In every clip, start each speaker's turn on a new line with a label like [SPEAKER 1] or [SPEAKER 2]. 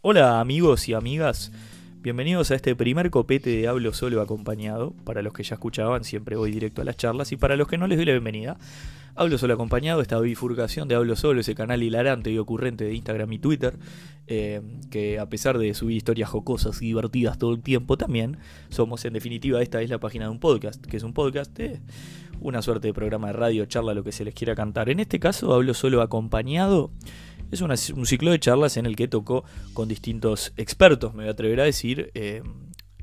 [SPEAKER 1] Hola amigos y amigas, bienvenidos a este primer copete de Hablo Solo acompañado. Para los que ya escuchaban, siempre voy directo a las charlas y para los que no les doy la bienvenida. Hablo Solo acompañado, esta bifurcación de Hablo Solo, ese canal hilarante y ocurrente de Instagram y Twitter, eh, que a pesar de subir historias jocosas y divertidas todo el tiempo, también somos en definitiva, esta es la página de un podcast, que es un podcast de una suerte de programa de radio, charla, lo que se les quiera cantar. En este caso, Hablo Solo acompañado. Es una- un ciclo de charlas en el que tocó con distintos expertos, me voy a atrever a decir, eh,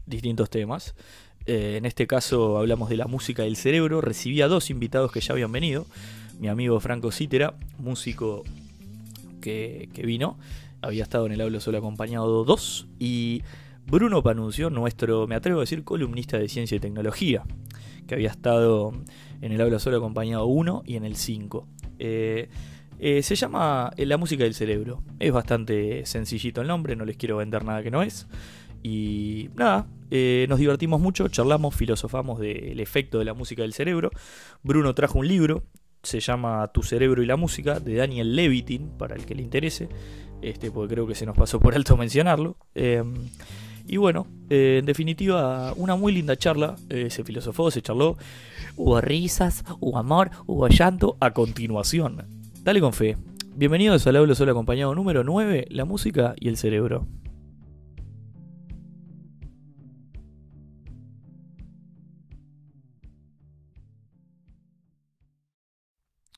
[SPEAKER 1] distintos temas. Eh, en este caso hablamos de la música del cerebro. Recibí a dos invitados que ya habían venido. Mi amigo Franco Cítera, músico que, que vino, había estado en el Hablo Solo acompañado 2. Y Bruno Panuncio, nuestro, me atrevo a decir, columnista de ciencia y tecnología, que había estado en el Hablo Solo acompañado 1 y en el 5. Eh, eh, se llama eh, La música del cerebro. Es bastante sencillito el nombre, no les quiero vender nada que no es. Y nada, eh, nos divertimos mucho, charlamos, filosofamos del efecto de la música del cerebro. Bruno trajo un libro, se llama Tu cerebro y la música, de Daniel Levitin, para el que le interese, este, porque creo que se nos pasó por alto mencionarlo. Eh, y bueno, eh, en definitiva, una muy linda charla. eh, se filosofó, se charló. Hubo risas, hubo amor, hubo llanto. A continuación, Dale con fe. Bienvenidos al Hablo Solo acompañado número 9, la música y el cerebro.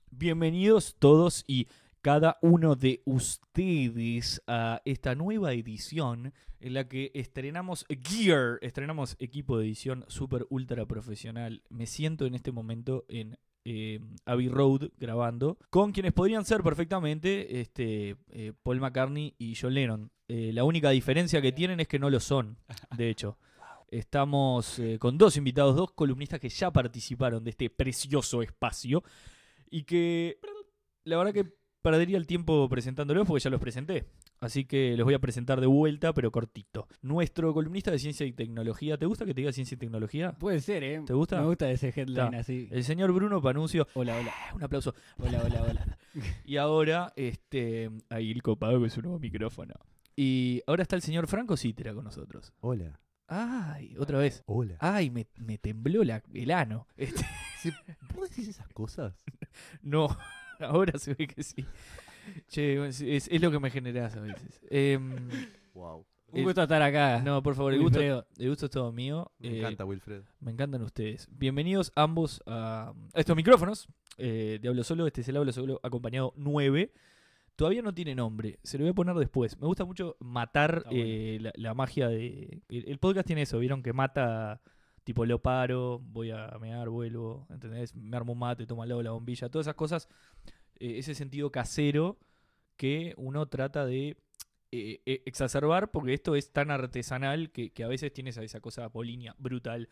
[SPEAKER 2] Bienvenidos todos y cada uno de ustedes a esta nueva edición en la que estrenamos Gear,
[SPEAKER 1] Estrenamos equipo de edición super ultra profesional. Me siento en este momento en eh, Abbey Road grabando con quienes podrían ser perfectamente este, eh, Paul McCartney y John Lennon. Eh, la única diferencia que tienen es que no lo son, de hecho. Estamos eh, con dos invitados, dos columnistas que ya participaron de este precioso espacio y que la verdad que perdería el tiempo presentándolos porque ya los presenté. Así que los voy a presentar de vuelta, pero cortito. Nuestro columnista de ciencia y tecnología, ¿te gusta que te diga ciencia y tecnología?
[SPEAKER 3] Puede ser, ¿eh?
[SPEAKER 1] ¿Te gusta?
[SPEAKER 3] Me gusta ese headline
[SPEAKER 1] Ta.
[SPEAKER 3] así.
[SPEAKER 1] El señor Bruno Panuncio.
[SPEAKER 3] Hola, hola,
[SPEAKER 1] Un aplauso.
[SPEAKER 3] hola, hola, hola.
[SPEAKER 1] Y ahora, este. Ahí el copado con su nuevo micrófono. Y ahora está el señor Franco Cítera con nosotros.
[SPEAKER 4] Hola,
[SPEAKER 1] Ay, otra vez.
[SPEAKER 4] hola.
[SPEAKER 1] Ay, me, me tembló la- el ano. Este,
[SPEAKER 4] ¿Se- ¿Vos decís esas cosas?
[SPEAKER 1] no, ahora se ve que sí. Che, es, es- es lo que me generás a veces. Em,
[SPEAKER 4] Wow.
[SPEAKER 3] Un
[SPEAKER 1] El-
[SPEAKER 3] gusto estar acá.
[SPEAKER 1] no, por favor, el gusto,
[SPEAKER 3] Wilfredo.
[SPEAKER 1] el gusto es todo mío.
[SPEAKER 4] Me
[SPEAKER 1] Eh,
[SPEAKER 4] encanta, Wilfred.
[SPEAKER 1] Me encantan ustedes. Bienvenidos ambos a, a estos micrófonos eh, de Hablo Solo. Este es el Hablo Solo acompañado 9. Todavía no tiene nombre, se lo voy a poner después. Me gusta mucho matar
[SPEAKER 3] Está bueno.
[SPEAKER 1] eh, la, la magia de... El, el podcast tiene eso, vieron que mata, tipo lo paro, voy a mear, vuelvo, ¿entendés? Me armo un mate, tomo al lado la bombilla, todas esas cosas, eh, ese sentido casero que uno trata de eh, eh, exacerbar porque esto es tan artesanal que, que a veces tienes a esa cosa apolínea, brutal,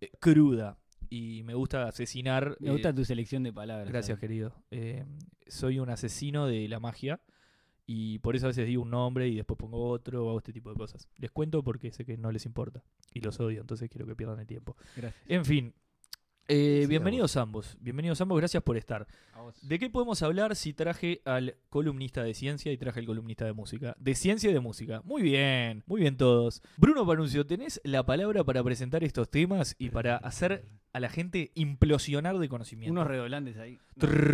[SPEAKER 1] eh, cruda. Y me gusta asesinar.
[SPEAKER 3] Me
[SPEAKER 1] eh,
[SPEAKER 3] gusta tu selección de palabras.
[SPEAKER 1] gracias,
[SPEAKER 3] ¿sabes?
[SPEAKER 1] querido. Eh, soy un asesino de la magia y por eso a veces digo un nombre y después pongo otro o hago este tipo de cosas. Les cuento porque sé que no les importa y los odio, entonces quiero que pierdan el tiempo.
[SPEAKER 3] Gracias.
[SPEAKER 1] En fin. eh,
[SPEAKER 4] Sí, a
[SPEAKER 1] bienvenidos ambos, bienvenidos ambos, gracias por estar.
[SPEAKER 3] A vos.
[SPEAKER 1] ¿De qué podemos hablar si traje al columnista de ciencia y traje al columnista de música? De ciencia y de música. Muy bien, muy bien todos. Bruno Panuncio, tenés la palabra para presentar estos temas y para hacer a la gente implosionar de conocimiento.
[SPEAKER 3] Unos redoblantes ahí.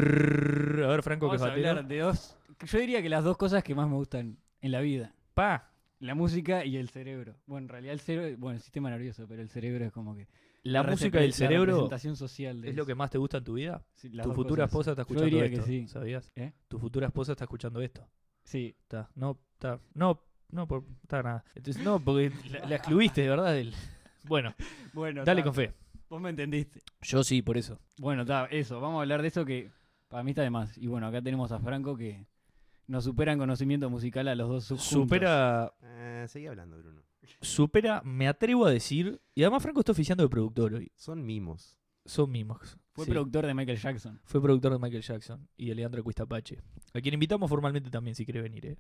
[SPEAKER 1] Trrrr. a ver, Franco, que es
[SPEAKER 3] Vamos a
[SPEAKER 1] batero.
[SPEAKER 3] hablar de dos. Yo diría que las dos cosas que más me gustan en la vida.
[SPEAKER 1] Pa,
[SPEAKER 3] La música y el cerebro. Bueno, en realidad el cerebro, bueno, el sistema nervioso, pero el cerebro es como que...
[SPEAKER 1] la
[SPEAKER 3] repre-
[SPEAKER 1] música del
[SPEAKER 3] La
[SPEAKER 1] cerebro
[SPEAKER 3] representación social. de
[SPEAKER 1] es lo que
[SPEAKER 3] eso.
[SPEAKER 1] más te gusta en tu vida.
[SPEAKER 3] Sí, las
[SPEAKER 1] tu
[SPEAKER 3] dos
[SPEAKER 1] futura
[SPEAKER 3] cosas.
[SPEAKER 1] esposa está
[SPEAKER 3] Yo
[SPEAKER 1] escuchando
[SPEAKER 3] diría
[SPEAKER 1] esto,
[SPEAKER 3] que sí.
[SPEAKER 1] ¿sabías?
[SPEAKER 3] ¿Eh?
[SPEAKER 1] Tu futura esposa está escuchando esto.
[SPEAKER 3] Sí.
[SPEAKER 1] Ta, no, ta, no, no, por, ta, nada. Entonces, no, porque la, la excluiste de verdad del... Bueno,
[SPEAKER 3] Bueno,
[SPEAKER 1] dale
[SPEAKER 3] ta,
[SPEAKER 1] con fe.
[SPEAKER 3] Vos me entendiste.
[SPEAKER 1] Yo sí, por eso.
[SPEAKER 3] Bueno, ta, eso, vamos a hablar de eso que para mí está de más. Y bueno, acá tenemos a Franco que nos supera en conocimiento musical a los dos. su- juntos.
[SPEAKER 1] Supera,
[SPEAKER 4] Eh, seguí hablando, Bruno.
[SPEAKER 1] supera, me atrevo a decir, y además Franco está oficiando de productor hoy.
[SPEAKER 4] Son mimos.
[SPEAKER 1] Son mimos.
[SPEAKER 3] Fue
[SPEAKER 1] Sí.
[SPEAKER 3] productor de Michael Jackson.
[SPEAKER 1] Fue productor de Michael Jackson y de Leandro Cuistapache. A quien invitamos formalmente también si quiere venir, eh.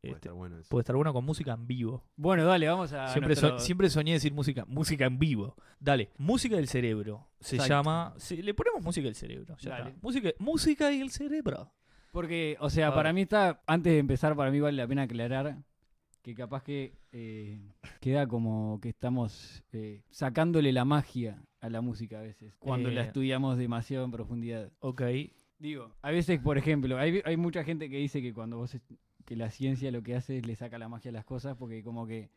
[SPEAKER 4] Puede
[SPEAKER 1] Este,
[SPEAKER 4] estar bueno eso.
[SPEAKER 1] puede estar bueno con música en vivo.
[SPEAKER 3] Bueno, dale, vamos a.
[SPEAKER 1] siempre, so-
[SPEAKER 3] nuestro-
[SPEAKER 1] siempre soñé decir música, música en vivo. Dale, música del cerebro. Se
[SPEAKER 3] Exacto.
[SPEAKER 1] llama. se- le ponemos música del cerebro. ya
[SPEAKER 3] Dale.
[SPEAKER 1] está. Música, música y el cerebro.
[SPEAKER 3] Porque, o
[SPEAKER 1] A
[SPEAKER 3] sea,
[SPEAKER 1] ver.
[SPEAKER 3] para mí está. Antes de empezar, para mí vale la pena aclarar que capaz que eh, queda como que estamos eh, sacándole la magia a la música a veces, cuando la
[SPEAKER 1] Eh.
[SPEAKER 3] estudiamos demasiado en profundidad.
[SPEAKER 1] Ok.
[SPEAKER 3] Digo, a veces, por ejemplo, hay, hay mucha gente que dice que cuando vos est- que la ciencia lo que hace es le saca la magia a las cosas porque como que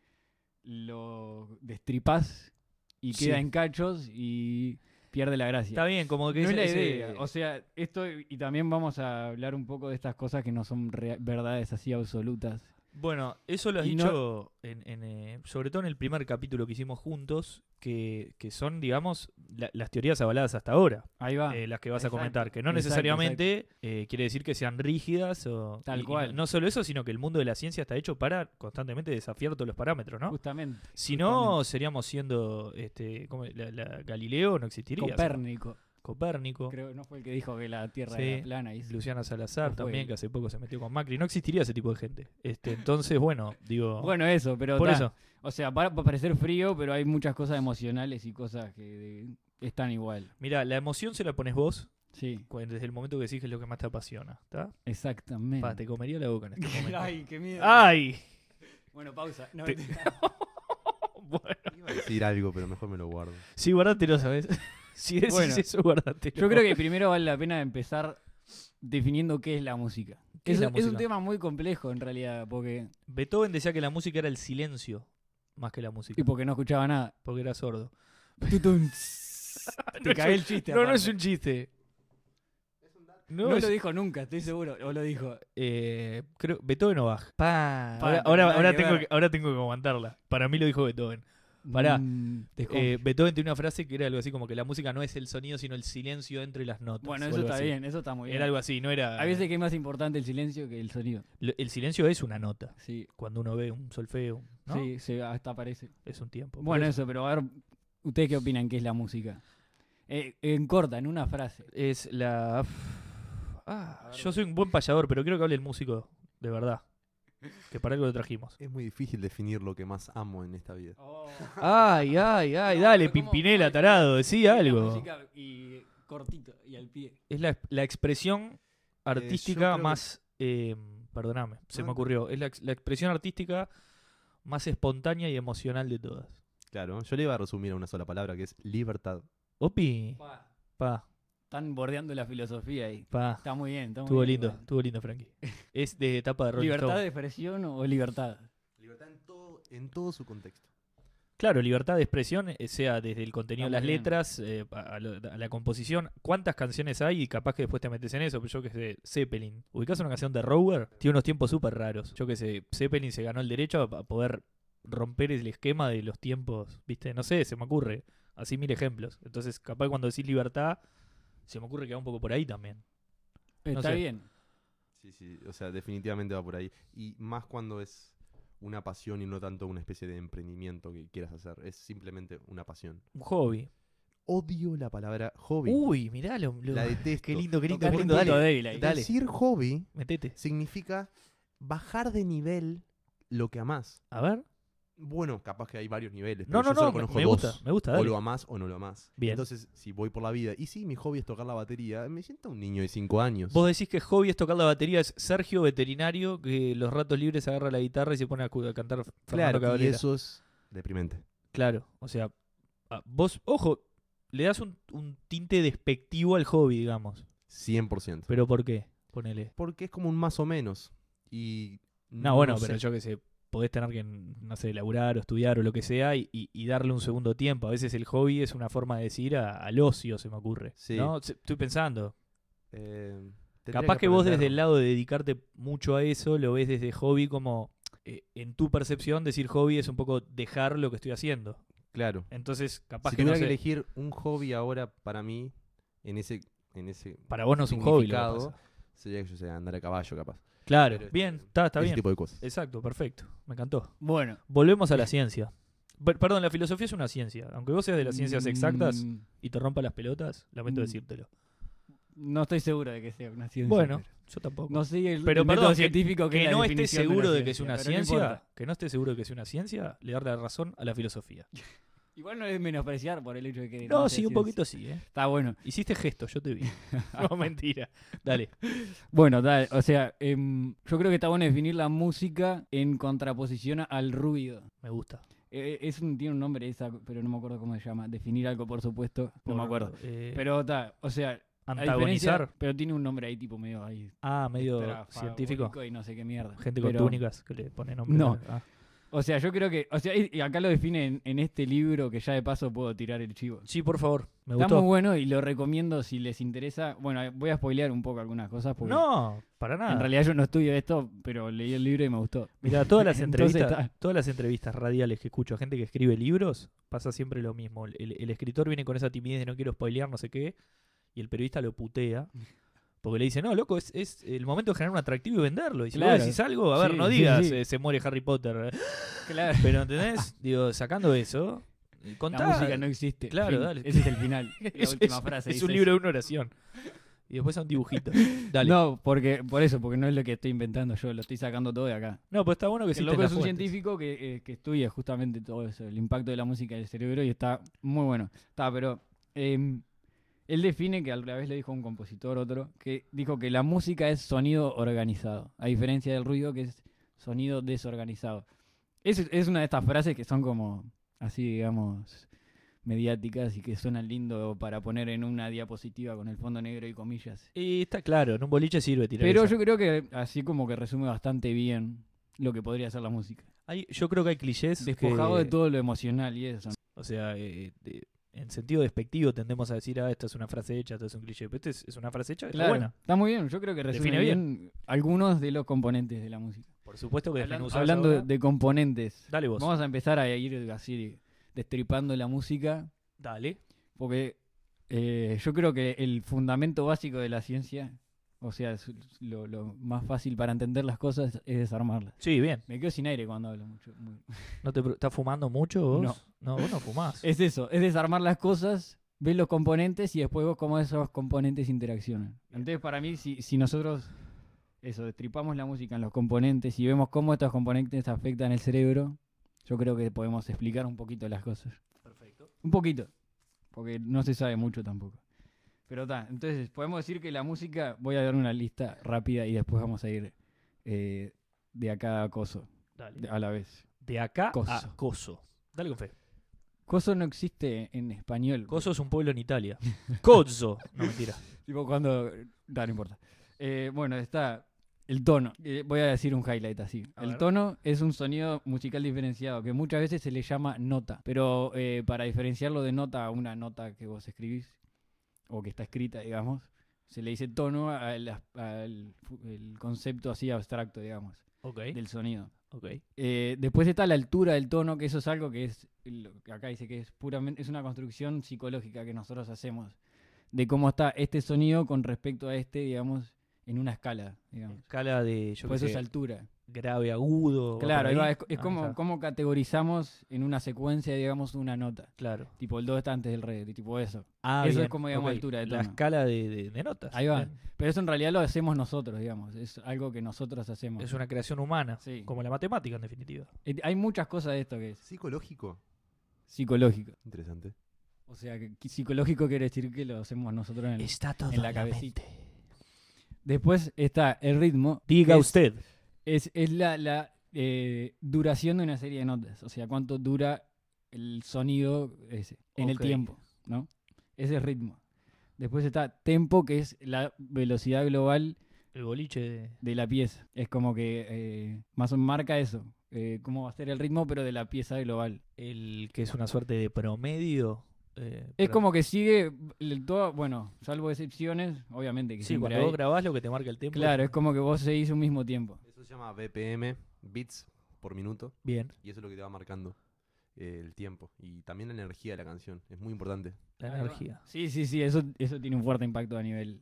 [SPEAKER 3] lo destripás y
[SPEAKER 1] Sí.
[SPEAKER 3] queda en cachos y pierde la gracia.
[SPEAKER 1] Está bien, como que
[SPEAKER 3] No
[SPEAKER 1] ese-
[SPEAKER 3] es la
[SPEAKER 1] ese-
[SPEAKER 3] idea. O sea, esto y también vamos a hablar un poco de estas cosas que no son rea- verdades así absolutas.
[SPEAKER 1] Bueno, eso lo has
[SPEAKER 3] Y no-
[SPEAKER 1] dicho en, en, eh, sobre todo en el primer capítulo que hicimos juntos, que, que son, digamos, la- las teorías avaladas hasta ahora,
[SPEAKER 3] Ahí va.
[SPEAKER 1] eh, las que vas
[SPEAKER 3] Ah, exacto,
[SPEAKER 1] a comentar, que no
[SPEAKER 3] exacto,
[SPEAKER 1] necesariamente eh, quiere decir que sean rígidas o...
[SPEAKER 3] Tal
[SPEAKER 1] y- y
[SPEAKER 3] cual.
[SPEAKER 1] no solo eso, sino que el mundo de la ciencia está hecho para constantemente desafiar todos los parámetros, ¿no?
[SPEAKER 3] Justamente.
[SPEAKER 1] si no, seríamos siendo, este, ¿cómo es? la, la- Galileo no existiría.
[SPEAKER 3] Copérnico,
[SPEAKER 1] Copérnico.
[SPEAKER 3] creo, no fue el que dijo que la Tierra
[SPEAKER 1] Sí.
[SPEAKER 3] era plana y
[SPEAKER 1] Luciana Salazar
[SPEAKER 3] No fue
[SPEAKER 1] también,
[SPEAKER 3] él.
[SPEAKER 1] que hace poco se metió con Macri. No existiría ese tipo de gente. Este, entonces, bueno, digo...
[SPEAKER 3] Bueno, eso, pero
[SPEAKER 1] por
[SPEAKER 3] ta,
[SPEAKER 1] eso.
[SPEAKER 3] O sea, para, para parecer frío, pero hay muchas cosas emocionales y cosas que de- están igual.
[SPEAKER 1] Mira, la emoción se la pones vos
[SPEAKER 3] Sí,
[SPEAKER 1] cu- desde el momento que decís que es lo que más te apasiona. ¿Está?
[SPEAKER 3] exactamente.
[SPEAKER 1] Pa, te comería la boca en este momento. ¡Ay!
[SPEAKER 3] qué miedo. Bueno, pausa. No,
[SPEAKER 1] Te-
[SPEAKER 3] mentira. Oh,
[SPEAKER 1] Bueno,
[SPEAKER 4] Iba a decir algo, pero mejor me lo guardo.
[SPEAKER 1] sí, guardátelo, ¿sabes? si decís
[SPEAKER 3] Bueno,
[SPEAKER 1] eso, guardátelo.
[SPEAKER 3] Yo creo que primero vale la pena empezar definiendo qué es la música.
[SPEAKER 1] ¿Qué es
[SPEAKER 3] es,
[SPEAKER 1] la
[SPEAKER 3] es un
[SPEAKER 1] música?
[SPEAKER 3] tema muy complejo en realidad, porque,
[SPEAKER 1] Beethoven decía que la música era el silencio más que la música,
[SPEAKER 3] y porque no escuchaba nada.
[SPEAKER 1] porque era sordo.
[SPEAKER 3] Tutum. Te
[SPEAKER 1] es
[SPEAKER 3] cagué
[SPEAKER 1] un-
[SPEAKER 3] el chiste.
[SPEAKER 1] No, no
[SPEAKER 3] aparte.
[SPEAKER 1] es un chiste.
[SPEAKER 3] No
[SPEAKER 1] No, es-
[SPEAKER 3] lo dijo nunca, estoy seguro. O lo dijo.
[SPEAKER 1] eh, creo, Beethoven o Bach. Pa,
[SPEAKER 3] Pa,
[SPEAKER 1] ahora,
[SPEAKER 3] no,
[SPEAKER 1] ahora-
[SPEAKER 3] nada
[SPEAKER 1] ahora
[SPEAKER 3] que
[SPEAKER 1] tengo
[SPEAKER 3] ver.
[SPEAKER 1] que, ahora tengo que aguantarla. Para mí lo dijo Beethoven. Pará.
[SPEAKER 3] Mm, te escucho.
[SPEAKER 1] Eh, Beethoven tiene una frase que era algo así como que la música no es el sonido, sino el silencio entre las notas.
[SPEAKER 3] bueno,
[SPEAKER 1] o
[SPEAKER 3] eso
[SPEAKER 1] algo
[SPEAKER 3] está
[SPEAKER 1] así.
[SPEAKER 3] bien, eso está muy bien.
[SPEAKER 1] Era algo así, no era.
[SPEAKER 3] A veces que es más importante el silencio que el sonido.
[SPEAKER 1] Lo- El silencio es una nota.
[SPEAKER 3] Sí,
[SPEAKER 1] Cuando uno ve un solfeo, ¿no?
[SPEAKER 3] sí, se- hasta parece.
[SPEAKER 1] Es un tiempo.
[SPEAKER 3] Bueno,
[SPEAKER 1] Por
[SPEAKER 3] eso, pero a ver, ¿ustedes qué opinan que es la música? Eh, en corta, en una frase.
[SPEAKER 1] eso- es la. Ah, yo soy un buen payador, pero quiero que hable el músico, de verdad. Que para algo lo trajimos.
[SPEAKER 4] Es muy difícil definir lo que más amo en esta vida.
[SPEAKER 1] Oh. Ay, ay, ay,
[SPEAKER 3] No,
[SPEAKER 1] dale,
[SPEAKER 3] pero ¿cómo-
[SPEAKER 1] Pimpinela,
[SPEAKER 3] cómo
[SPEAKER 1] tarado, decía
[SPEAKER 3] La
[SPEAKER 1] algo.
[SPEAKER 3] música y cortito y al pie.
[SPEAKER 1] Es la, la expresión artística
[SPEAKER 4] creo que-
[SPEAKER 1] más. eh, perdóname, se me
[SPEAKER 4] No, no.
[SPEAKER 1] ocurrió. Es la, ex- la expresión artística más espontánea y emocional de todas.
[SPEAKER 4] Claro, yo le iba a resumir a una sola palabra que es libertad.
[SPEAKER 1] Opi, pa,
[SPEAKER 3] Están bordeando la filosofía ahí.
[SPEAKER 1] pa.
[SPEAKER 3] Está muy bien, está muy
[SPEAKER 1] Estuvo
[SPEAKER 3] bien
[SPEAKER 1] lindo,
[SPEAKER 3] igual.
[SPEAKER 1] estuvo lindo, Frankie. Es de etapa de Rolling
[SPEAKER 3] ¿Libertad
[SPEAKER 1] Stone.
[SPEAKER 3] de expresión o libertad?
[SPEAKER 4] Libertad en todo, en todo su contexto.
[SPEAKER 1] Claro, libertad de expresión, eh, sea desde el contenido de
[SPEAKER 3] Está
[SPEAKER 1] las
[SPEAKER 3] muy bien.
[SPEAKER 1] letras, eh, a, a lo- a la composición, cuántas canciones hay y capaz que después te metes en eso. Yo que sé, Zeppelin. ¿Ubicás una canción de Rower? Tiene unos tiempos súper raros. Yo que sé, Zeppelin se ganó el derecho a, a poder romper el esquema de los tiempos, ¿viste? No sé, se me ocurre. Así mil ejemplos. Entonces, capaz cuando decís libertad, se me ocurre que va un poco por ahí también.
[SPEAKER 3] Está
[SPEAKER 1] sé.
[SPEAKER 3] bien.
[SPEAKER 4] Sí, sí, o sea, definitivamente va por ahí. Y más cuando es una pasión y no tanto una especie de emprendimiento que quieras hacer. Es simplemente una pasión.
[SPEAKER 1] Un hobby.
[SPEAKER 4] Odio la palabra hobby.
[SPEAKER 1] Uy, mirá lo, lo-
[SPEAKER 4] la detesto.
[SPEAKER 1] Qué lindo, qué lindo,
[SPEAKER 4] Tocate
[SPEAKER 1] qué
[SPEAKER 3] Tocaste un
[SPEAKER 1] lindo.
[SPEAKER 3] punto
[SPEAKER 1] Dale,
[SPEAKER 3] débil ahí.
[SPEAKER 1] dale.
[SPEAKER 4] Decir hobby
[SPEAKER 1] metete.
[SPEAKER 4] significa bajar de nivel lo que amás.
[SPEAKER 1] A ver.
[SPEAKER 4] Bueno, capaz que hay varios niveles.
[SPEAKER 1] No,
[SPEAKER 4] pero
[SPEAKER 1] no,
[SPEAKER 4] Este, yo solo
[SPEAKER 1] no, me,
[SPEAKER 4] conozco
[SPEAKER 1] me
[SPEAKER 4] dos.
[SPEAKER 1] gusta, me gusta.
[SPEAKER 4] O
[SPEAKER 1] dale.
[SPEAKER 4] lo amás o no lo amás.
[SPEAKER 1] Bien.
[SPEAKER 4] Entonces, si voy por la vida y sí, mi hobby es tocar la batería, me siento un niño de 5 años.
[SPEAKER 1] Vos decís que hobby es tocar la batería, es Sergio Veterinario, que los ratos libres agarra la guitarra y se pone a, cu- a cantar Fernando
[SPEAKER 4] claro, y
[SPEAKER 1] Cabrera.
[SPEAKER 4] eso es deprimente.
[SPEAKER 1] Claro, o sea, a- vos, ojo, le das un, un tinte despectivo al hobby, digamos.
[SPEAKER 4] 100%.
[SPEAKER 1] ¿Pero por qué? Ponele.
[SPEAKER 4] Porque es como un más o menos. Y
[SPEAKER 1] No, bueno, pero
[SPEAKER 4] sé.
[SPEAKER 1] yo que sé, podés tener que, no sé, laburar o estudiar o lo que sea y, y- y darle un segundo tiempo. A veces el hobby es una forma de decir a- al ocio, se me ocurre.
[SPEAKER 4] Sí.
[SPEAKER 1] ¿No? Se- Estoy pensando.
[SPEAKER 4] Eh, tendría
[SPEAKER 1] Capaz que vos desde
[SPEAKER 4] aprenderlo.
[SPEAKER 1] el lado de dedicarte mucho a eso, lo ves desde hobby como, eh, en tu percepción, decir hobby es un poco dejar lo que estoy haciendo.
[SPEAKER 4] Claro.
[SPEAKER 1] Entonces, capaz
[SPEAKER 4] si
[SPEAKER 1] que, no
[SPEAKER 4] tuviera que
[SPEAKER 1] sé,
[SPEAKER 4] elegir un hobby ahora para mí, en ese, en ese
[SPEAKER 1] para vos no es un hobby. lo que
[SPEAKER 4] significado,
[SPEAKER 1] pasa.
[SPEAKER 4] sería que yo sea andar a caballo, capaz.
[SPEAKER 1] Claro,
[SPEAKER 4] Pero,
[SPEAKER 1] bien,
[SPEAKER 4] este,
[SPEAKER 1] está, está
[SPEAKER 4] ese
[SPEAKER 1] bien.
[SPEAKER 4] tipo de cosas.
[SPEAKER 1] Exacto, perfecto, me encantó.
[SPEAKER 3] Bueno.
[SPEAKER 1] Volvemos a la ciencia. Per- perdón, la filosofía es una ciencia. Aunque vos seas de las ciencias exactas
[SPEAKER 3] Mm,
[SPEAKER 1] y te rompa las pelotas, lamento
[SPEAKER 3] Mm.
[SPEAKER 1] decírtelo.
[SPEAKER 3] No estoy seguro de que sea una ciencia.
[SPEAKER 1] Bueno,
[SPEAKER 3] pero-
[SPEAKER 1] yo tampoco.
[SPEAKER 3] no sé el,
[SPEAKER 1] Pero perdón,
[SPEAKER 3] el método
[SPEAKER 1] que-
[SPEAKER 3] científico que,
[SPEAKER 1] que
[SPEAKER 3] es la
[SPEAKER 1] no esté
[SPEAKER 3] definición de la
[SPEAKER 1] seguro de que es una
[SPEAKER 3] pero no
[SPEAKER 1] ciencia,
[SPEAKER 3] importa.
[SPEAKER 1] que no esté seguro de que es una ciencia, le da la razón a la filosofía.
[SPEAKER 3] Igual no es menospreciar por el hecho de que.
[SPEAKER 1] No,
[SPEAKER 3] sé
[SPEAKER 1] sí,
[SPEAKER 3] si
[SPEAKER 1] un
[SPEAKER 3] es-
[SPEAKER 1] poquito sí, ¿eh?
[SPEAKER 3] Está bueno.
[SPEAKER 1] Hiciste gesto, yo te vi. No, mentira. Dale.
[SPEAKER 3] Bueno, tal, o sea, em, yo creo que está bueno definir la música en contraposición al ruido.
[SPEAKER 1] Me gusta.
[SPEAKER 3] Eh, es un, tiene un nombre esa, pero no me acuerdo cómo se llama. Definir algo, por supuesto. no me
[SPEAKER 1] Por,
[SPEAKER 3] acuerdo.
[SPEAKER 1] eh,
[SPEAKER 3] Pero está, o sea, a diferencia-
[SPEAKER 1] antagonizar.
[SPEAKER 3] Pero tiene un nombre ahí, tipo medio ahí.
[SPEAKER 1] Ah, medio
[SPEAKER 3] estrafagórico
[SPEAKER 1] científico.
[SPEAKER 3] Y no sé qué mierda.
[SPEAKER 1] Gente con
[SPEAKER 3] Pero,
[SPEAKER 1] túnicas que le pone nombre.
[SPEAKER 3] No.
[SPEAKER 1] Ah.
[SPEAKER 3] O sea, yo creo que. O sea, y y acá lo define en, en este libro que ya de paso puedo tirar el chivo.
[SPEAKER 1] Sí, por favor. Me
[SPEAKER 3] Está
[SPEAKER 1] gustó.
[SPEAKER 3] muy bueno y lo recomiendo si les interesa. Bueno, eh, voy a spoilear un poco algunas cosas porque
[SPEAKER 1] No, para
[SPEAKER 3] en
[SPEAKER 1] nada.
[SPEAKER 3] realidad yo no estudio esto, pero leí el libro y me gustó.
[SPEAKER 1] Mira, todas las
[SPEAKER 3] Entonces
[SPEAKER 1] entrevistas,
[SPEAKER 3] está-
[SPEAKER 1] todas las entrevistas radiales que escucho a gente que escribe libros, pasa siempre lo mismo. El, el- el escritor viene con esa timidez de no quiero spoilear, no sé qué, y el periodista lo putea. Porque le dice, no, loco, es, es el momento de generar un atractivo y venderlo. Y si vos
[SPEAKER 3] Claro.
[SPEAKER 1] decís algo, a ver,
[SPEAKER 3] Sí,
[SPEAKER 1] no
[SPEAKER 3] sí,
[SPEAKER 1] digas,
[SPEAKER 3] sí.
[SPEAKER 1] eh, se muere Harry Potter. eh,
[SPEAKER 3] Claro.
[SPEAKER 1] Pero, ¿entendés? Digo, sacando eso, eh, contá.
[SPEAKER 3] La música no existe.
[SPEAKER 1] Claro,
[SPEAKER 3] Fin.
[SPEAKER 1] dale.
[SPEAKER 3] Ese es el final. La
[SPEAKER 1] Es-
[SPEAKER 3] última
[SPEAKER 1] es-
[SPEAKER 3] frase.
[SPEAKER 1] Es
[SPEAKER 3] dice
[SPEAKER 1] un libro de una oración. Y después a un dibujito.
[SPEAKER 3] eso.
[SPEAKER 1] Dale. No,
[SPEAKER 3] No, porque, por eso, porque no es lo que estoy inventando yo, lo estoy sacando todo de acá.
[SPEAKER 1] pues está bueno que
[SPEAKER 3] El
[SPEAKER 1] se
[SPEAKER 3] loco es un científico que, eh, que estudia justamente todo eso, el impacto de la música del cerebro y está muy bueno. Está, pero em, él define que al revés le dijo un compositor otro, que dijo que la música es sonido organizado, a diferencia del ruido que es sonido desorganizado. Es, es una de estas frases que son como así, digamos, mediáticas y que suenan lindo para poner en una diapositiva con el fondo negro y comillas.
[SPEAKER 1] Y está claro, en un boliche sirve tirar
[SPEAKER 3] Pero
[SPEAKER 1] esa.
[SPEAKER 3] yo creo que así como que resume bastante bien lo que podría ser la música.
[SPEAKER 1] Hay- yo creo que hay clichés
[SPEAKER 3] Despojado
[SPEAKER 1] que-
[SPEAKER 3] de todo lo emocional y eso.
[SPEAKER 1] O sea, eh, de- en sentido despectivo tendemos a decir, ah, esta es una frase hecha, esto es un cliché. Pero esta es, es una frase hecha, está buena.
[SPEAKER 3] Está muy bien, yo creo que resume
[SPEAKER 1] Define
[SPEAKER 3] bien. algunos de los componentes de la música.
[SPEAKER 1] Por supuesto que
[SPEAKER 3] Hablan-
[SPEAKER 1] desmenuzás
[SPEAKER 3] hablando
[SPEAKER 1] ahora.
[SPEAKER 3] de, de componentes,
[SPEAKER 1] Dale vos.
[SPEAKER 3] vamos a empezar a ir así destripando la música,
[SPEAKER 1] Dale.
[SPEAKER 3] porque eh, yo creo que el fundamento básico de la ciencia, o sea, es lo, lo más fácil para entender las cosas es desarmarlas.
[SPEAKER 1] Sí, bien.
[SPEAKER 3] Me quedo sin aire cuando hablo mucho. muy-
[SPEAKER 1] No te, pre- ¿Estás fumando mucho vos?
[SPEAKER 3] No. Eh,
[SPEAKER 1] vos no fumás.
[SPEAKER 3] Es eso, es desarmar las cosas, ver los componentes y después vos cómo esos componentes interaccionan. Entonces, para mí, si, si nosotros eso, destripamos la música en los componentes y vemos cómo estos componentes afectan el cerebro, yo creo que podemos explicar un poquito las cosas.
[SPEAKER 1] Perfecto.
[SPEAKER 3] Un poquito, porque no se sabe mucho tampoco. Pero está, entonces podemos decir que la música, voy a dar una lista rápida y después vamos a ir eh, de acá a coso, de-
[SPEAKER 1] Dale.
[SPEAKER 3] a la vez.
[SPEAKER 1] De acá a
[SPEAKER 3] Coso.
[SPEAKER 1] Coso. Dale con fe.
[SPEAKER 3] Coso no existe en español.
[SPEAKER 1] Coso es un pueblo en Italia. Cozzo. No, mentira.
[SPEAKER 3] Tipo cuando... Da, no importa. Eh, bueno, está el tono. Eh, voy a decir un highlight así.
[SPEAKER 1] A
[SPEAKER 3] el
[SPEAKER 1] ver.
[SPEAKER 3] tono es un sonido musical diferenciado que muchas veces se le llama nota. Pero eh, para diferenciarlo de nota a una nota que vos escribís o que está escrita, digamos, se le dice tono al, as- al fu- el concepto así abstracto, digamos,
[SPEAKER 1] Ok.
[SPEAKER 3] del sonido.
[SPEAKER 1] Ok.
[SPEAKER 3] Eh, después está la altura del tono, que eso es algo que es, lo que acá dice que es puramente, es una construcción psicológica que nosotros hacemos, de cómo está este sonido con respecto a este, digamos, en una escala, digamos.
[SPEAKER 1] Escala de, yo
[SPEAKER 3] Por
[SPEAKER 1] qué
[SPEAKER 3] eso
[SPEAKER 1] sé,
[SPEAKER 3] Pues es altura.
[SPEAKER 1] grave, agudo. va
[SPEAKER 3] Claro,
[SPEAKER 1] por
[SPEAKER 3] ahí va,
[SPEAKER 1] ahí.
[SPEAKER 3] es, es
[SPEAKER 1] Ah,
[SPEAKER 3] como,
[SPEAKER 1] está.
[SPEAKER 3] cómo categorizamos en una secuencia, digamos, una nota.
[SPEAKER 1] Claro.
[SPEAKER 3] Tipo, el 2 está antes del re, y tipo eso.
[SPEAKER 1] Ah,
[SPEAKER 3] Eso es
[SPEAKER 1] bien,
[SPEAKER 3] como, digamos,
[SPEAKER 1] ok.
[SPEAKER 3] altura de
[SPEAKER 1] La
[SPEAKER 3] tono.
[SPEAKER 1] escala de, de- de notas.
[SPEAKER 3] Ahí va.
[SPEAKER 1] bien.
[SPEAKER 3] Pero eso en realidad lo hacemos nosotros, digamos. Es algo que nosotros hacemos.
[SPEAKER 1] Es una creación humana.
[SPEAKER 3] Sí.
[SPEAKER 1] Como la matemática, en definitiva.
[SPEAKER 3] Eh, Hay muchas cosas de esto que es
[SPEAKER 4] Psicológico.
[SPEAKER 3] psicológico.
[SPEAKER 4] Interesante.
[SPEAKER 3] O sea, que que psicológico quiere decir que lo hacemos nosotros en el,
[SPEAKER 1] Está todo
[SPEAKER 3] en la cabecita. Después está el ritmo.
[SPEAKER 1] Diga
[SPEAKER 3] que es-
[SPEAKER 1] usted.
[SPEAKER 3] Es, es la, la, eh, duración de una serie de notas. O sea, cuánto dura el sonido ese en
[SPEAKER 1] Ok.
[SPEAKER 3] el tiempo, ¿no? Ese es ritmo. Después está tempo, que es la velocidad global
[SPEAKER 1] El boliche. de-
[SPEAKER 3] de la pieza. Es como que eh, más o menos marca eso. eh, cómo va a ser el ritmo, pero de la pieza global.
[SPEAKER 1] El que es una suerte de promedio. eh,
[SPEAKER 3] Es
[SPEAKER 1] pero-
[SPEAKER 3] como que sigue el todo, bueno, salvo excepciones, obviamente que
[SPEAKER 1] Sí,
[SPEAKER 3] siempre
[SPEAKER 1] cuando vos
[SPEAKER 3] hay.
[SPEAKER 1] grabás lo que te marca el tiempo.
[SPEAKER 3] Claro, es como que vos seguís un mismo tiempo.
[SPEAKER 4] Eso se llama BPM, bits por minuto,
[SPEAKER 1] Bien.
[SPEAKER 4] y eso es lo que te va marcando eh, el tiempo y también la energía de la canción. Es muy importante.
[SPEAKER 1] La
[SPEAKER 3] Ahí va.
[SPEAKER 1] energía.
[SPEAKER 3] Sí, sí, sí, eso, eso tiene un fuerte impacto a nivel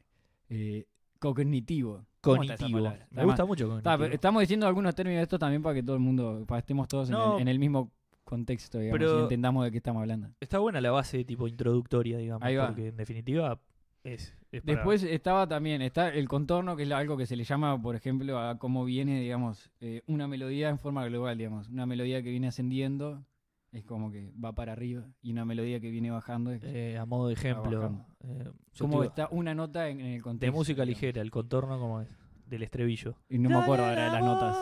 [SPEAKER 3] eh, cognitivo. ¿Cómo está esa
[SPEAKER 1] Cognitivo.
[SPEAKER 3] palabra?
[SPEAKER 1] Me gusta mucho
[SPEAKER 3] Está,
[SPEAKER 1] cognitivo.
[SPEAKER 3] pero estamos diciendo algunos términos de esto también para que todo el mundo, para que estemos todos en el- en,
[SPEAKER 1] No.
[SPEAKER 3] el, mismo contexto, digamos,
[SPEAKER 1] Pero-
[SPEAKER 3] y entendamos de qué estamos hablando.
[SPEAKER 1] Está buena la base tipo introductoria, digamos.
[SPEAKER 3] Ahí va.
[SPEAKER 1] Porque en definitiva es. es para-
[SPEAKER 3] Después estaba también, está el contorno, que es la- algo que se le llama, por ejemplo, a cómo viene, digamos, eh, una melodía en forma global, digamos, una melodía que viene ascendiendo es como que va para arriba y una melodía que viene bajando. es-
[SPEAKER 1] Eh, a modo de ejemplo,
[SPEAKER 3] bajando.
[SPEAKER 1] eh, yo
[SPEAKER 3] como
[SPEAKER 1] te digo,
[SPEAKER 3] está una nota en, en el contexto.
[SPEAKER 1] de música
[SPEAKER 3] digamos.
[SPEAKER 1] ligera, el contorno como es, del estribillo.
[SPEAKER 3] Y no me acuerdo ahora de las notas.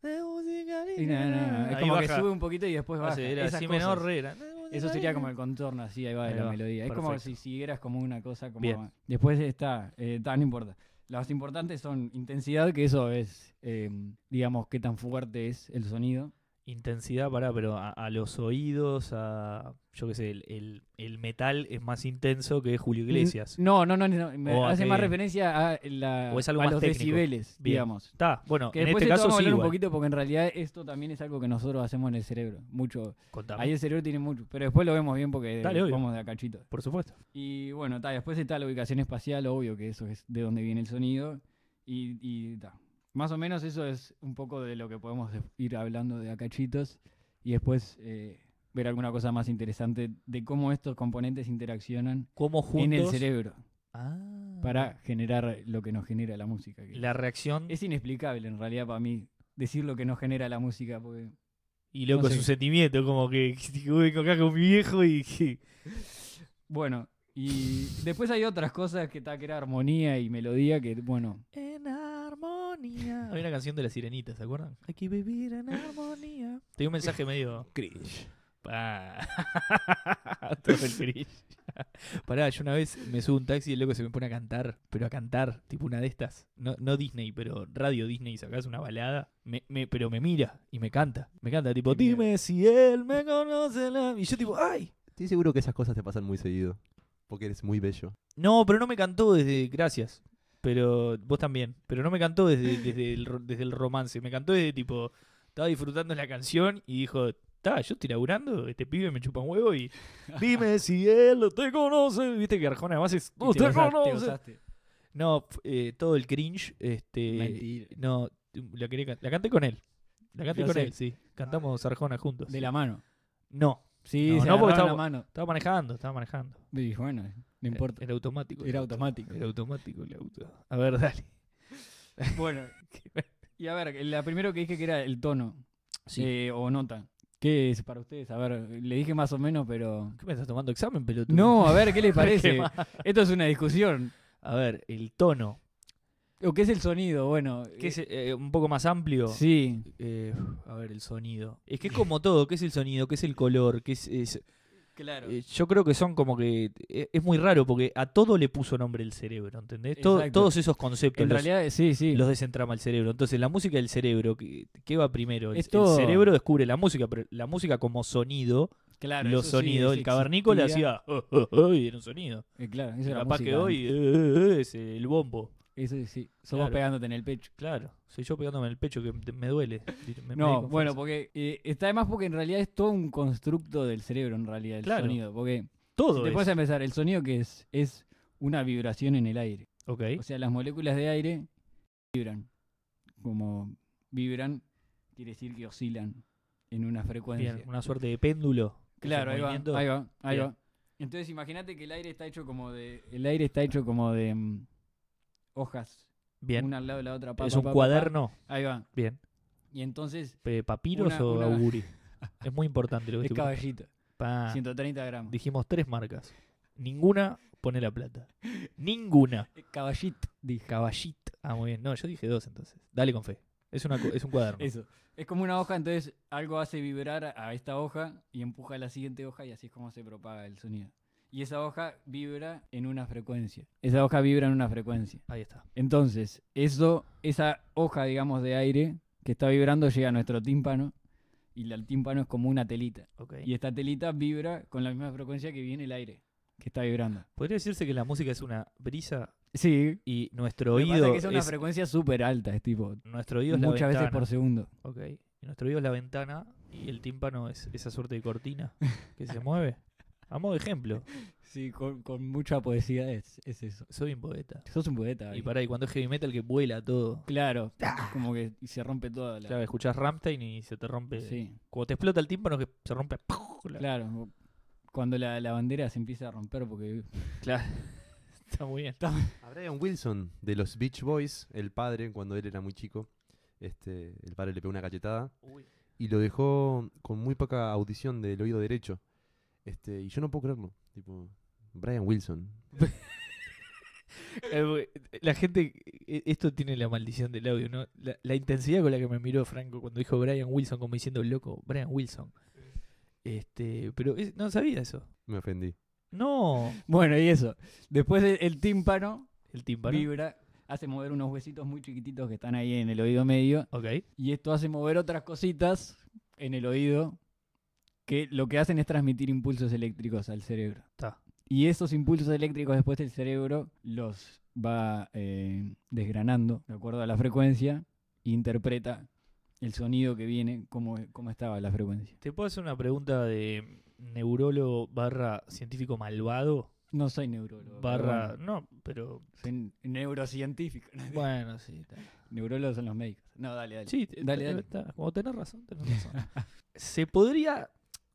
[SPEAKER 1] De música
[SPEAKER 3] Y no, no, no, Es
[SPEAKER 1] Ahí
[SPEAKER 3] como que
[SPEAKER 1] baja.
[SPEAKER 3] sube un poquito y después baja.
[SPEAKER 1] Ah, sí, era
[SPEAKER 3] Esas
[SPEAKER 1] si menor,
[SPEAKER 3] cosas.
[SPEAKER 1] re, era.
[SPEAKER 3] Eso sería como el contorno, así, ahí va de
[SPEAKER 1] Ahí
[SPEAKER 3] la
[SPEAKER 1] va,
[SPEAKER 3] melodía. Es como
[SPEAKER 1] perfecto.
[SPEAKER 3] si siguieras como una cosa como...
[SPEAKER 1] Bien.
[SPEAKER 3] Después está, eh, ta, no importa. Las importantes son intensidad, que eso es, eh, digamos, qué tan fuerte es el sonido.
[SPEAKER 1] intensidad para, pero a, a los oídos, a yo qué sé, el, el- el metal es más intenso que Julio
[SPEAKER 3] Mm,
[SPEAKER 1] Iglesias.
[SPEAKER 3] N- No, no, no, no, me
[SPEAKER 1] O a
[SPEAKER 3] hace más
[SPEAKER 1] qué-
[SPEAKER 3] referencia a, la,
[SPEAKER 1] o es algo
[SPEAKER 3] a
[SPEAKER 1] más
[SPEAKER 3] los
[SPEAKER 1] técnico.
[SPEAKER 3] decibeles,
[SPEAKER 1] Bien.
[SPEAKER 3] digamos.
[SPEAKER 1] Está, bueno,
[SPEAKER 3] Que
[SPEAKER 1] en
[SPEAKER 3] después
[SPEAKER 1] este
[SPEAKER 3] esto
[SPEAKER 1] caso
[SPEAKER 3] vamos a
[SPEAKER 1] sí.
[SPEAKER 3] hablar un
[SPEAKER 1] igual.
[SPEAKER 3] poquito porque en realidad esto también es algo que nosotros hacemos en el cerebro. Mucho.
[SPEAKER 1] Contame.
[SPEAKER 3] Ahí el cerebro tiene mucho, pero después lo vemos bien porque
[SPEAKER 1] Dale, obvio.
[SPEAKER 3] vamos de acachito.
[SPEAKER 1] Por supuesto.
[SPEAKER 3] Y bueno, ta, después está la ubicación espacial, obvio que eso es de donde viene el sonido. Y, y ta. Más o menos eso es un poco de lo que podemos de- ir hablando de acachitos y después eh, ver alguna cosa más interesante de cómo estos componentes interaccionan
[SPEAKER 1] ¿Cómo juntos?
[SPEAKER 3] en el cerebro
[SPEAKER 1] Ah.
[SPEAKER 3] para generar lo que nos genera la música. que
[SPEAKER 1] la reacción
[SPEAKER 3] Es inexplicable en realidad para mí decir lo que nos genera la música porque
[SPEAKER 1] y loco
[SPEAKER 3] no sé.
[SPEAKER 1] su sentimiento, como que, que vengo acá con mi viejo y que-
[SPEAKER 3] Bueno, y después hay otras cosas que está que era armonía y melodía que, bueno,
[SPEAKER 1] En armonía. Hay una canción de la sirenita, ¿se acuerdan? Hay que vivir en armonía. Te di un mensaje medio.
[SPEAKER 4] Cringe.
[SPEAKER 1] pa. Todo el cringe. Pará, yo una vez me subo a un taxi y el loco se me pone a cantar, pero a cantar, tipo una de estas. No, no Disney, pero Radio Disney, sacás una balada. Me, me- pero me mira y me canta. Me canta, tipo,
[SPEAKER 3] Qué miedo.
[SPEAKER 1] dime si él me conoce. la-". Y yo, tipo, ¡ay!
[SPEAKER 4] Estoy seguro que esas cosas te pasan muy seguido. Porque eres muy bello.
[SPEAKER 1] No, pero no me cantó desde. Gracias. Pero vos también. Pero no me cantó desde, desde, el, ro- desde el romance. Me cantó desde tipo. Estaba disfrutando la canción y dijo: Está, yo estoy laburando. Este pibe me chupa un huevo y. Dime si él no te conoce. Viste que Arjona además es. No
[SPEAKER 3] y
[SPEAKER 1] te,
[SPEAKER 3] gozaste, te
[SPEAKER 1] conoce.
[SPEAKER 3] gozaste.
[SPEAKER 1] No, f- eh, todo el cringe. Este,
[SPEAKER 3] Mentira.
[SPEAKER 1] No, la, quería can- la canté con él. La canté
[SPEAKER 3] Yo
[SPEAKER 1] con
[SPEAKER 3] sé.
[SPEAKER 1] él, sí. Cantamos Arjona juntos.
[SPEAKER 3] De la mano.
[SPEAKER 1] No,
[SPEAKER 3] Sí,
[SPEAKER 1] No,
[SPEAKER 3] se
[SPEAKER 1] no, porque
[SPEAKER 3] agarraron
[SPEAKER 1] estaba-
[SPEAKER 3] la mano.
[SPEAKER 1] estaba manejando, estaba manejando.
[SPEAKER 3] Y bueno, no importa.
[SPEAKER 1] Era automático.
[SPEAKER 3] Era automático.
[SPEAKER 1] Era automático el auto. A ver, dale.
[SPEAKER 3] Bueno, y a ver, la primero que dije que era el tono eh, o nota. ¿Qué es para ustedes? A ver, le dije más o menos, pero...
[SPEAKER 1] ¿Qué me estás tomando examen, pelotudo?
[SPEAKER 3] No, a ver, ¿qué les
[SPEAKER 1] Qué
[SPEAKER 3] parece?
[SPEAKER 1] mal.
[SPEAKER 3] Esto es una discusión.
[SPEAKER 1] A ver, el tono.
[SPEAKER 3] ¿O qué es el sonido? Bueno,
[SPEAKER 1] ¿Qué es
[SPEAKER 3] eh,
[SPEAKER 1] eh, un poco más amplio?
[SPEAKER 3] Sí.
[SPEAKER 1] Eh, a ver, el sonido. Eh. Es que es como todo. ¿Qué es el sonido? ¿Qué es el color? ¿Qué es, es-
[SPEAKER 3] Claro.
[SPEAKER 1] eh, yo creo que son como que... eh, Es muy raro porque a todo le puso nombre el cerebro, ¿entendés? Todo-
[SPEAKER 3] Exacto.
[SPEAKER 1] todos esos conceptos
[SPEAKER 3] En
[SPEAKER 1] los,
[SPEAKER 3] realidad, sí, sí.
[SPEAKER 1] los desentrama el cerebro. Entonces, la música del cerebro, ¿qué, qué va primero? El,
[SPEAKER 3] Es
[SPEAKER 1] el
[SPEAKER 3] todo.
[SPEAKER 1] cerebro descubre la música, pero la música como sonido,
[SPEAKER 3] Claro,
[SPEAKER 1] los
[SPEAKER 3] eso sí,
[SPEAKER 1] sonidos.
[SPEAKER 3] sí
[SPEAKER 1] el cavernícola
[SPEAKER 3] existía.
[SPEAKER 1] hacía... "Oh, oh, oh", y era un sonido.
[SPEAKER 3] Eh, claro, eso
[SPEAKER 1] Y
[SPEAKER 3] era
[SPEAKER 1] capaz
[SPEAKER 3] música
[SPEAKER 1] que hoy eh, eh, eh, es el bombo.
[SPEAKER 3] antes. Eso sí, somos
[SPEAKER 1] Claro.
[SPEAKER 3] pegándote en el pecho.
[SPEAKER 1] Claro, soy yo pegándome en el pecho que te- me duele. Me- me
[SPEAKER 3] No,
[SPEAKER 1] di confianza.
[SPEAKER 3] bueno, porque eh, está además porque en realidad es todo un constructo del cerebro, en realidad, el
[SPEAKER 1] Claro.
[SPEAKER 3] sonido. Porque
[SPEAKER 1] todo
[SPEAKER 3] después
[SPEAKER 1] es.
[SPEAKER 3] de empezar, el sonido que es, es una vibración en el aire.
[SPEAKER 1] Ok,
[SPEAKER 3] O sea, las moléculas de aire vibran. Como vibran, quiere decir que oscilan en una frecuencia.
[SPEAKER 1] bien, una suerte de péndulo. que es
[SPEAKER 3] Claro,
[SPEAKER 1] el
[SPEAKER 3] ahí va,
[SPEAKER 1] movimiento.
[SPEAKER 3] ahí va, ahí
[SPEAKER 1] Bien.
[SPEAKER 3] va. Entonces imagínate que el aire está hecho como de. El aire está hecho como de mm, hojas.
[SPEAKER 1] Bien,
[SPEAKER 3] Una al lado de la otra. pa,
[SPEAKER 1] es
[SPEAKER 3] pa,
[SPEAKER 1] un
[SPEAKER 3] pa, pa, pa.
[SPEAKER 1] cuaderno.
[SPEAKER 3] Ahí va.
[SPEAKER 1] Bien,
[SPEAKER 3] Y entonces
[SPEAKER 1] ¿Pe- ¿papiros
[SPEAKER 3] Una-
[SPEAKER 1] o
[SPEAKER 3] una-
[SPEAKER 1] auguri? es muy importante lo Ah. que
[SPEAKER 3] es
[SPEAKER 1] estoy buscando.
[SPEAKER 3] caballito.
[SPEAKER 1] Pa,
[SPEAKER 3] 130 gramos.
[SPEAKER 1] Dijimos tres marcas. Ninguna pone la plata. Ninguna.
[SPEAKER 3] Eh, Caballito, dije.
[SPEAKER 1] Caballito. Ah, muy bien. No, yo dije dos entonces. Dale con fe. Es, una, co- es un cuaderno.
[SPEAKER 3] Eso. Es como una hoja, entonces algo hace vibrar a a esta hoja y empuja a la siguiente hoja y así es como se propaga el sonido. Y esa hoja vibra en una frecuencia. Esa hoja vibra en una frecuencia.
[SPEAKER 1] Ahí está.
[SPEAKER 3] Entonces, eso, esa hoja, digamos, de aire que está vibrando llega a nuestro tímpano y la- el tímpano es como una telita.
[SPEAKER 1] Ok.
[SPEAKER 3] Y esta telita vibra con la misma frecuencia que viene el aire que está vibrando.
[SPEAKER 1] Podría decirse que la música es una brisa
[SPEAKER 3] Sí.
[SPEAKER 1] y nuestro
[SPEAKER 3] Lo que pasa es
[SPEAKER 1] oído
[SPEAKER 3] que es una
[SPEAKER 1] es-
[SPEAKER 3] frecuencia súper alta, es tipo
[SPEAKER 1] nuestro oído es la
[SPEAKER 3] muchas veces
[SPEAKER 1] ventana.
[SPEAKER 3] por segundo.
[SPEAKER 1] Ok. Y nuestro oído es la ventana y el tímpano es esa suerte de cortina que se mueve. A modo de ejemplo,
[SPEAKER 3] Sí, con, con mucha poesía es, es eso.
[SPEAKER 1] soy un poeta.
[SPEAKER 3] Sos un poeta. eh. Ah.
[SPEAKER 1] Y
[SPEAKER 3] Abby.
[SPEAKER 1] para y cuando es heavy metal que vuela todo.
[SPEAKER 3] Claro, como que se rompe toda la...
[SPEAKER 1] Claro, eh, escuchás Rammstein y se te rompe.
[SPEAKER 3] sí,
[SPEAKER 1] Cuando te explota el tímpano que se rompe. ¡puf! La-
[SPEAKER 3] claro. Cuando la, la bandera se empieza a romper porque...
[SPEAKER 1] Está muy bien.
[SPEAKER 4] A Brian Wilson de los Beach Boys, el padre, cuando él era muy chico, este, el padre le pegó una cachetada y lo dejó con muy poca audición del oído derecho. Este, y yo no puedo creerlo. Tipo, Brian Wilson.
[SPEAKER 1] Eh, La gente, eh, esto tiene la maldición del audio, ¿no? La, la intensidad con la que me miró Franco cuando dijo Brian Wilson, como diciendo loco, Brian Wilson. Este, pero es- no sabía eso.
[SPEAKER 4] Me ofendí.
[SPEAKER 1] No,
[SPEAKER 3] Bueno, y eso. Después el, el tímpano
[SPEAKER 1] el tímpano.
[SPEAKER 3] vibra, hace mover unos huesitos muy chiquititos que están ahí en el oído medio.
[SPEAKER 1] Ok.
[SPEAKER 3] Y esto hace mover otras cositas en el oído que lo que hacen es transmitir impulsos eléctricos al cerebro.
[SPEAKER 1] Ta.
[SPEAKER 3] Y esos impulsos eléctricos después el cerebro los va eh, desgranando de acuerdo a la frecuencia e interpreta el sonido que viene, cómo, cómo estaba la frecuencia.
[SPEAKER 1] ¿Te puedo hacer una pregunta de neurólogo barra científico malvado?
[SPEAKER 3] No soy neurólogo.
[SPEAKER 1] Barra.
[SPEAKER 3] perdón.
[SPEAKER 1] No, pero.
[SPEAKER 3] Soy neurocientífico.
[SPEAKER 1] Bueno, sí. está.
[SPEAKER 3] Neurólogos son los médicos. No, dale, dale.
[SPEAKER 1] Sí, te-
[SPEAKER 3] Dale,
[SPEAKER 1] te-
[SPEAKER 3] dale.
[SPEAKER 1] está, como tenés razón, tenés razón. ¿Se podría,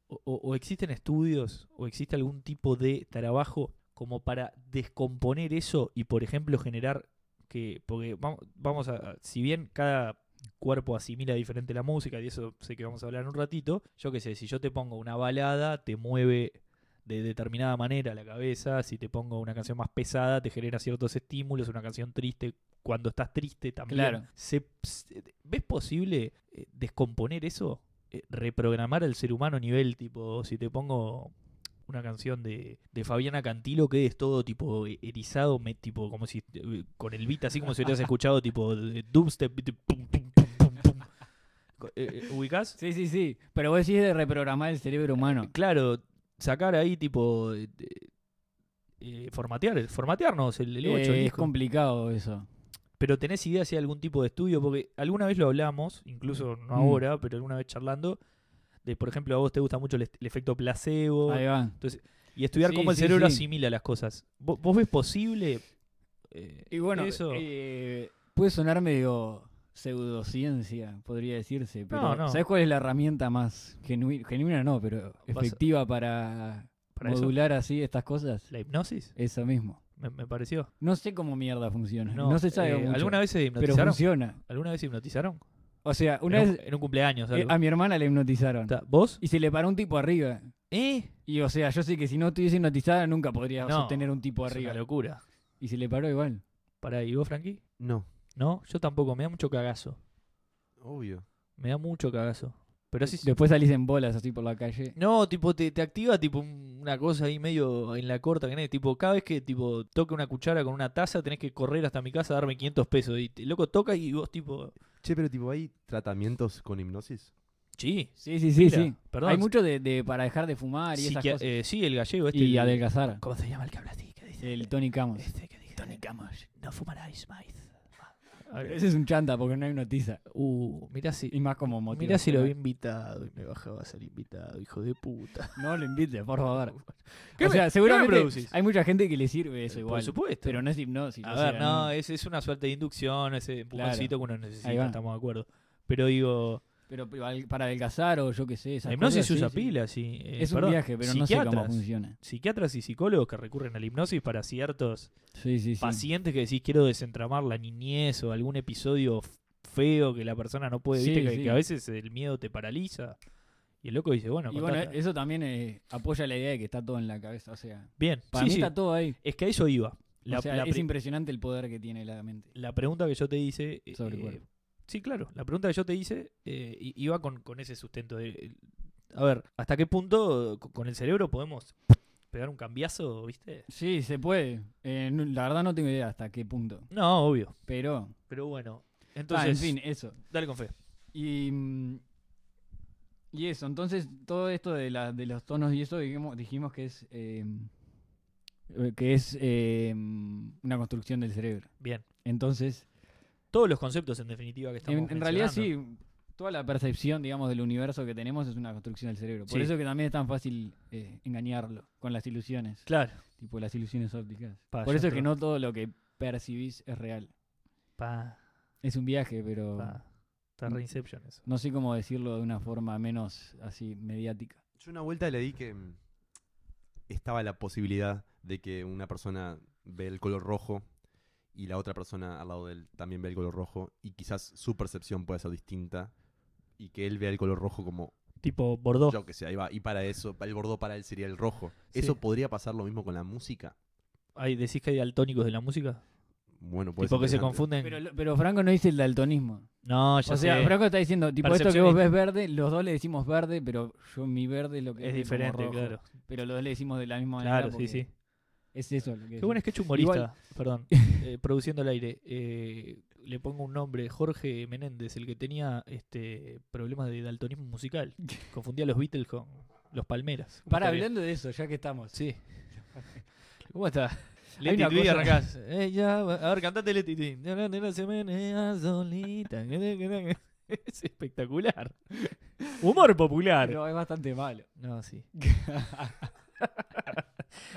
[SPEAKER 1] o, o- o existen estudios, o existe algún tipo de trabajo como para descomponer eso y, por ejemplo, generar que, porque vamos, vamos a, si bien cada cuerpo asimila diferente la música, y eso sé que vamos a hablar en un ratito, yo qué sé, si yo te pongo una balada, te mueve de determinada manera la cabeza, si te pongo una canción más pesada, te genera ciertos estímulos, una canción triste, cuando estás triste también.
[SPEAKER 3] Claro.
[SPEAKER 1] Se- se- ¿Ves posible eh, descomponer eso? Eh, reprogramar al ser humano a nivel tipo, si te pongo una canción de, de Fabiana Cantilo que es todo tipo eh, erizado, me- tipo como si eh, con el beat así como si hubieras escuchado tipo de dubstep, viste, pum, pum, pum, pum, pum. Co- eh, eh, ¿Ubicás?
[SPEAKER 3] Sí, sí, sí. Pero vos decís de reprogramar el cerebro humano.
[SPEAKER 1] Claro, sacar ahí tipo eh, eh, formatear, formatearnos el, el 8,
[SPEAKER 3] Eh, es complicado eso.
[SPEAKER 1] pero tenés idea si hay algún tipo de estudio, porque alguna vez lo hablamos, incluso no
[SPEAKER 3] Mm.
[SPEAKER 1] ahora, pero alguna vez charlando, de por ejemplo a vos te gusta mucho el, est- el efecto placebo
[SPEAKER 3] Ahí va.
[SPEAKER 1] y estudiar
[SPEAKER 3] Sí,
[SPEAKER 1] cómo el
[SPEAKER 3] sí,
[SPEAKER 1] cerebro
[SPEAKER 3] sí.
[SPEAKER 1] asimila las cosas. ¿Vos, vos ves posible? eh,
[SPEAKER 3] Y bueno,
[SPEAKER 1] eso?
[SPEAKER 3] eh, puede sonar medio pseudociencia, podría decirse, pero
[SPEAKER 1] No, no.
[SPEAKER 3] ¿sabes cuál es la herramienta más genuina? Genuina no, pero efectiva para,
[SPEAKER 1] ¿Para eso?
[SPEAKER 3] modular así estas cosas?
[SPEAKER 1] ¿La hipnosis?
[SPEAKER 3] Eso mismo.
[SPEAKER 1] Me, me pareció.
[SPEAKER 3] No sé cómo mierda funciona. No,
[SPEAKER 1] No,
[SPEAKER 3] se sabe
[SPEAKER 1] eh,
[SPEAKER 3] mucho,
[SPEAKER 1] ¿Alguna vez se
[SPEAKER 3] pero
[SPEAKER 1] hipnotizaron?
[SPEAKER 3] funciona.
[SPEAKER 1] ¿Alguna vez se hipnotizaron?
[SPEAKER 3] O sea, una
[SPEAKER 1] en,
[SPEAKER 3] vez
[SPEAKER 1] un, en un cumpleaños.
[SPEAKER 3] eh,
[SPEAKER 1] algo.
[SPEAKER 3] a mi hermana la hipnotizaron.
[SPEAKER 1] Ta- ¿Vos?
[SPEAKER 3] Y se le paró un tipo arriba.
[SPEAKER 1] ¿Eh?
[SPEAKER 3] Y o sea, yo sé que si no estuviese hipnotizada nunca podría
[SPEAKER 1] No,
[SPEAKER 3] sostener un tipo
[SPEAKER 1] Es
[SPEAKER 3] arriba.
[SPEAKER 1] una locura.
[SPEAKER 3] Y se le paró igual.
[SPEAKER 1] Pará, ¿y vos, Frankie?
[SPEAKER 4] No,
[SPEAKER 1] No, yo tampoco. Me da mucho cagazo.
[SPEAKER 4] obvio.
[SPEAKER 1] Me da mucho cagazo. Pero así...
[SPEAKER 3] Después salís en bolas así por la calle.
[SPEAKER 1] No, tipo, te, te activa tipo un- una cosa ahí medio en la corta que tenés. Tipo, cada vez que tipo toque una cuchara con una taza, tenés que correr hasta mi casa a darme 500 pesos. Y te- loco toca y vos tipo...
[SPEAKER 4] Che, pero tipo, ¿hay tratamientos con hipnosis?
[SPEAKER 1] Sí,
[SPEAKER 3] Sí, sí, sí,
[SPEAKER 1] Mira,
[SPEAKER 3] sí.
[SPEAKER 1] perdón.
[SPEAKER 3] Hay mucho de, de para dejar de fumar y esas
[SPEAKER 1] psiquia-
[SPEAKER 3] cosas.
[SPEAKER 1] eh, sí, el gallego este...
[SPEAKER 3] y
[SPEAKER 1] el-
[SPEAKER 3] adelgazar.
[SPEAKER 1] ¿Cómo se llama el que habla así? ¿Qué dice?
[SPEAKER 3] El Tony Camus.
[SPEAKER 1] Este que dice... Tony Camus. No fumaráis maíz. Ah,
[SPEAKER 3] Ese es un chanta porque no hay noticia.
[SPEAKER 1] Uh, mirá si...
[SPEAKER 3] Y más como motivo.
[SPEAKER 1] Mirá si lo había invitado y me bajabas al invitado, hijo de puta.
[SPEAKER 3] No lo invites, por favor.
[SPEAKER 1] ¿Qué
[SPEAKER 3] o
[SPEAKER 1] me-
[SPEAKER 3] sea, seguramente
[SPEAKER 1] producís? Eh,
[SPEAKER 3] hay mucha gente que le sirve eso igual.
[SPEAKER 1] Por supuesto.
[SPEAKER 3] Pero no es hipnosis.
[SPEAKER 1] A
[SPEAKER 3] o sea,
[SPEAKER 1] ver, no, es, es una suerte de inducción, ese empujoncito que uno
[SPEAKER 3] Ahí va.
[SPEAKER 1] necesita, estamos de acuerdo. Pero digo,
[SPEAKER 3] Pero al- para adelgazar o yo qué sé. esas
[SPEAKER 1] la hipnosis
[SPEAKER 3] cosas,
[SPEAKER 1] se
[SPEAKER 3] sí,
[SPEAKER 1] usa
[SPEAKER 3] sí.
[SPEAKER 1] pila, sí. eh,
[SPEAKER 3] Es un
[SPEAKER 1] perdón,
[SPEAKER 3] viaje, pero no sé cómo
[SPEAKER 1] psiquiatras.
[SPEAKER 3] funciona.
[SPEAKER 1] Psiquiatras y psicólogos que recurren a la hipnosis para ciertos
[SPEAKER 3] Sí, sí, sí.
[SPEAKER 1] pacientes que decís quiero desentramar la niñez o algún episodio f- feo que la persona no puede,
[SPEAKER 3] Sí,
[SPEAKER 1] viste, que,
[SPEAKER 3] sí.
[SPEAKER 1] que a veces el miedo te paraliza. Y el loco dice, bueno,
[SPEAKER 3] Y bueno,
[SPEAKER 1] contá-
[SPEAKER 3] eso también eh, apoya la idea de que está todo en la cabeza. O sea,
[SPEAKER 1] bien,
[SPEAKER 3] para
[SPEAKER 1] sí,
[SPEAKER 3] mí
[SPEAKER 1] sí.
[SPEAKER 3] está todo ahí.
[SPEAKER 1] Es que a eso iba. La,
[SPEAKER 3] o sea,
[SPEAKER 1] la
[SPEAKER 3] es
[SPEAKER 1] pri-
[SPEAKER 3] impresionante el poder que tiene la mente.
[SPEAKER 1] la pregunta que yo te hice. eh,
[SPEAKER 3] Sobre el
[SPEAKER 1] eh,
[SPEAKER 3] cuerpo.
[SPEAKER 1] sí, claro. La pregunta que yo te hice eh, i- iba con, con ese sustento de. eh, A ver, ¿hasta qué punto co- con el cerebro podemos pegar un cambiazo, viste?
[SPEAKER 3] Sí, se puede. Eh, no- la verdad no tengo idea hasta qué punto.
[SPEAKER 1] No, obvio.
[SPEAKER 3] Pero,
[SPEAKER 1] Pero bueno.
[SPEAKER 3] ah,
[SPEAKER 1] Entonces,
[SPEAKER 3] en fin, eso.
[SPEAKER 1] dale con fe.
[SPEAKER 3] Y, mm, y eso, entonces todo esto de, la, de los tonos y eso dijimos, dijimos que es, eh, eh, que es eh, una construcción del cerebro.
[SPEAKER 1] Bien.
[SPEAKER 3] Entonces,
[SPEAKER 1] Todos los conceptos, en definitiva, que
[SPEAKER 3] en,
[SPEAKER 1] estamos
[SPEAKER 3] en realidad
[SPEAKER 1] mencionando.
[SPEAKER 3] sí, toda la percepción, digamos, del universo que tenemos es una construcción del cerebro. Por
[SPEAKER 1] Sí.
[SPEAKER 3] eso que también es tan fácil eh, engañarlo con las ilusiones,
[SPEAKER 1] Claro.
[SPEAKER 3] tipo las ilusiones ópticas.
[SPEAKER 1] Pa,
[SPEAKER 3] Por
[SPEAKER 1] ya
[SPEAKER 3] eso es
[SPEAKER 1] entró.
[SPEAKER 3] que no todo lo que percibís es real.
[SPEAKER 1] Pa,
[SPEAKER 3] Es un viaje, pero
[SPEAKER 1] pa. Está
[SPEAKER 4] Mm.
[SPEAKER 1] re Inception eso.
[SPEAKER 3] no sé cómo decirlo de una forma menos así mediática.
[SPEAKER 4] Yo una vuelta le di que mm, estaba la posibilidad de que una persona ve el color rojo y la otra persona al lado de él también ve el color rojo y quizás su percepción pueda ser distinta y que él vea el color rojo como
[SPEAKER 1] Tipo Bordeaux.
[SPEAKER 4] yo que sé, ahí va. Y para eso, el bordo para él sería el rojo. ¿Eso
[SPEAKER 1] Sí.
[SPEAKER 4] podría pasar lo mismo con la música?
[SPEAKER 1] Ay, ¿Decís que hay daltónicos de la música?
[SPEAKER 4] Bueno, puede
[SPEAKER 1] Tipo que se
[SPEAKER 4] interesante.
[SPEAKER 1] confunden.
[SPEAKER 3] Pero, lo- pero Franco no dice el daltonismo.
[SPEAKER 1] No, ya
[SPEAKER 3] O sea,
[SPEAKER 1] sé.
[SPEAKER 3] Franco está diciendo, tipo, esto que vos ves
[SPEAKER 1] Percepcionista.
[SPEAKER 3] verde, los dos le decimos verde, pero yo mi verde es lo que
[SPEAKER 1] es
[SPEAKER 3] veo como
[SPEAKER 1] diferente,
[SPEAKER 3] rojo.
[SPEAKER 1] claro.
[SPEAKER 3] Pero los dos le decimos de la misma manera.
[SPEAKER 1] Claro, sí,
[SPEAKER 3] porque
[SPEAKER 1] sí.
[SPEAKER 3] Es eso lo que
[SPEAKER 1] Qué buen sketch humorista. Perdón. Eh, produciendo el aire. Eh, le pongo un nombre. Jorge Menéndez, el que tenía este problemas de daltonismo musical. Confundía a los Beatles con los Palmeras.
[SPEAKER 3] Para,
[SPEAKER 1] Estaría-
[SPEAKER 3] hablando de eso, ya que estamos.
[SPEAKER 1] Sí. ¿Cómo está?
[SPEAKER 3] Hay
[SPEAKER 1] Leti
[SPEAKER 3] una
[SPEAKER 1] Tui
[SPEAKER 3] cosa-
[SPEAKER 1] arrancás. Ella va- A ver, cantate Leti Tui. Na, na, na, se menea solita. Es espectacular. Humor popular.
[SPEAKER 3] Pero es bastante malo.
[SPEAKER 1] No, sí.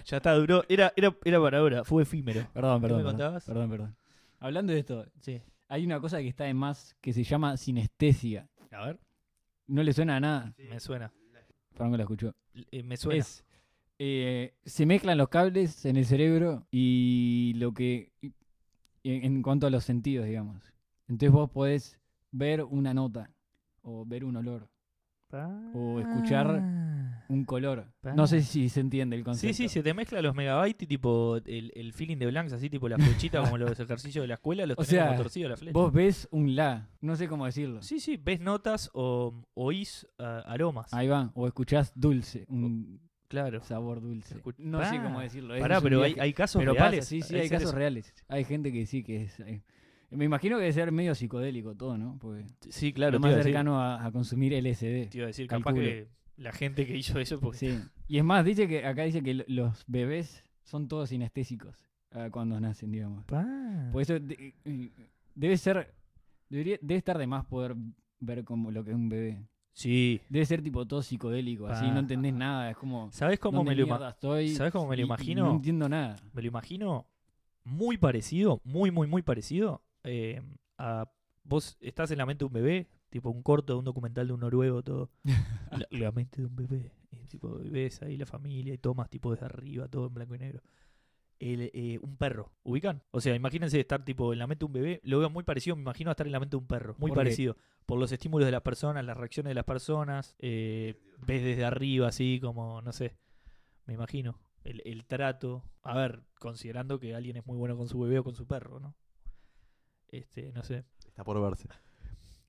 [SPEAKER 1] ya está, duró. Era, era, era para ahora, fue efímero. ¿Qué
[SPEAKER 3] Perdón, perdón.
[SPEAKER 1] me
[SPEAKER 3] perdón,
[SPEAKER 1] contabas?
[SPEAKER 3] Perdón, perdón. Hablando de esto,
[SPEAKER 1] Sí.
[SPEAKER 3] hay una cosa que está de más que se llama sinestesia.
[SPEAKER 1] A ver,
[SPEAKER 3] No le suena a nada.
[SPEAKER 1] me suena.
[SPEAKER 3] Franco la escuchó.
[SPEAKER 1] Eh, me suena.
[SPEAKER 3] Es, eh, se mezclan los cables en el cerebro y lo que. y- en cuanto a los sentidos, digamos. Entonces vos podés ver una nota, o ver un olor, o escuchar un color. No sé si se entiende el
[SPEAKER 1] Sí,
[SPEAKER 3] concepto.
[SPEAKER 1] sí, se te mezcla los megabytes y tipo el, el feeling de Blanks, así tipo la flechita como los ejercicios de la escuela, los
[SPEAKER 3] O
[SPEAKER 1] tenés
[SPEAKER 3] sea,
[SPEAKER 1] como torcido la flecha.
[SPEAKER 3] Vos ves un la, no sé cómo decirlo.
[SPEAKER 1] Sí, sí, ves notas o oís ah, aromas.
[SPEAKER 3] Ahí va, o escuchás dulce, un
[SPEAKER 1] Claro.
[SPEAKER 3] sabor dulce.
[SPEAKER 1] Escu-
[SPEAKER 3] No sé
[SPEAKER 1] Oh. Pa.
[SPEAKER 3] cómo decirlo. es
[SPEAKER 1] Pará,
[SPEAKER 3] un
[SPEAKER 1] pero hay,
[SPEAKER 3] viaje.
[SPEAKER 1] hay casos
[SPEAKER 3] Pero pasa,
[SPEAKER 1] reales.
[SPEAKER 3] sí, sí,
[SPEAKER 1] hay
[SPEAKER 3] hay casos
[SPEAKER 1] seres-
[SPEAKER 3] reales. Hay gente que sí que es. eh, Me imagino que debe ser medio psicodélico todo, ¿no? Porque
[SPEAKER 1] Sí, claro.
[SPEAKER 3] lo
[SPEAKER 1] te
[SPEAKER 3] más
[SPEAKER 1] iba a decir-
[SPEAKER 3] cercano a, a consumir LSD.
[SPEAKER 1] Te iba a decir, capaz
[SPEAKER 3] Calculo.
[SPEAKER 1] que la gente que hizo eso, porque
[SPEAKER 3] Sí. Y es más, dice que acá dice que lo- los bebés son todos sinestésicos ah, cuando nacen, digamos.
[SPEAKER 1] Pues,
[SPEAKER 3] Por eso de- eh, debe ser. Debería, debe estar de más poder ver como lo que es un bebé.
[SPEAKER 1] Sí.
[SPEAKER 3] Debe ser tipo todo psicodélico, así
[SPEAKER 1] Pa.
[SPEAKER 3] no entendés nada, es como.
[SPEAKER 1] Ah. ¿Sabes cómo
[SPEAKER 3] ¿dónde
[SPEAKER 1] me lo, ima-
[SPEAKER 3] mierda estoy?
[SPEAKER 1] ¿Sabés cómo me lo
[SPEAKER 3] Y- y
[SPEAKER 1] imagino?
[SPEAKER 3] no entiendo nada.
[SPEAKER 1] me lo imagino muy parecido, muy, muy, muy parecido eh, a vos estás en la mente de un bebé, tipo un corto de un documental de un noruego, todo. la, la mente de un bebé. Y tipo, ves ahí la familia y tomas tipo desde arriba, todo en blanco y negro. El, eh, un perro, ¿ubican? O sea, imagínense estar tipo en la mente de un bebé, lo veo muy parecido, me imagino a estar en la mente de un perro, muy
[SPEAKER 3] ¿Por qué?
[SPEAKER 1] parecido. Por los estímulos de las personas, las reacciones de las personas, eh, ves desde arriba así como, no sé, me imagino. El, el trato. A ver, considerando que alguien es muy bueno con su bebé o con su perro, ¿no? Este, no sé.
[SPEAKER 4] Está por verse.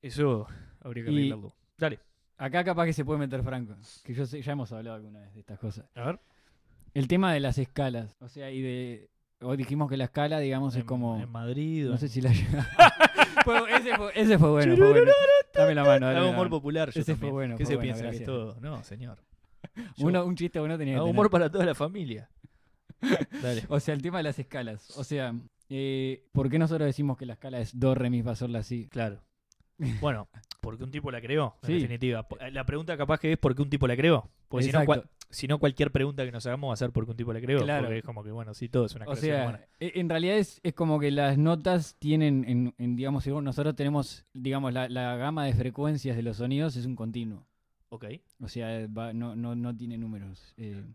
[SPEAKER 1] Eso habría que
[SPEAKER 3] Y-
[SPEAKER 1] arreglarlo. Dale,
[SPEAKER 3] Acá capaz que se puede meter Franco, que yo sé, ya hemos hablado alguna vez de estas cosas.
[SPEAKER 1] a ver.
[SPEAKER 3] El tema de las escalas, o sea, y de... Hoy dijimos que la escala, digamos, es
[SPEAKER 1] En-
[SPEAKER 3] como...
[SPEAKER 1] En Madrid. o
[SPEAKER 3] No sé
[SPEAKER 1] en-
[SPEAKER 3] si la... Fue- ese, fue, ese fue bueno, fue bueno. Dame la mano. dale
[SPEAKER 1] Hago
[SPEAKER 3] la
[SPEAKER 1] humor
[SPEAKER 3] mano.
[SPEAKER 1] popular. Yo
[SPEAKER 3] Ese fue
[SPEAKER 1] también.
[SPEAKER 3] bueno,
[SPEAKER 1] ¿Qué
[SPEAKER 3] fue
[SPEAKER 1] se
[SPEAKER 3] bueno,
[SPEAKER 1] piensa que
[SPEAKER 3] gracias.
[SPEAKER 1] es todo? No, señor. Yo
[SPEAKER 3] Uno- un chiste bueno tenía que
[SPEAKER 1] hago
[SPEAKER 3] tener.
[SPEAKER 1] humor para toda la familia. Dale.
[SPEAKER 3] O sea, el tema de las escalas. O sea, eh, ¿por qué nosotros decimos que la escala es do, re, mi, fa, sol, la, si?
[SPEAKER 1] Claro. Bueno, porque un tipo la creó, en
[SPEAKER 3] Sí.
[SPEAKER 1] definitiva. Po- La pregunta capaz que es por qué un tipo la creó. Porque si no, cua-
[SPEAKER 3] Exacto.
[SPEAKER 1] si no, cualquier pregunta que nos hagamos va a ser por qué un tipo la creó.
[SPEAKER 3] Claro.
[SPEAKER 1] Porque es como que, bueno, sí, todo es una
[SPEAKER 3] O
[SPEAKER 1] creación humana.
[SPEAKER 3] sea, e- en realidad es, es como que las notas tienen, en, en, digamos, según nosotros tenemos, digamos, la, la gama de frecuencias de los sonidos es un continuo.
[SPEAKER 1] Ok.
[SPEAKER 3] O sea, va- no, no, no tiene números eh,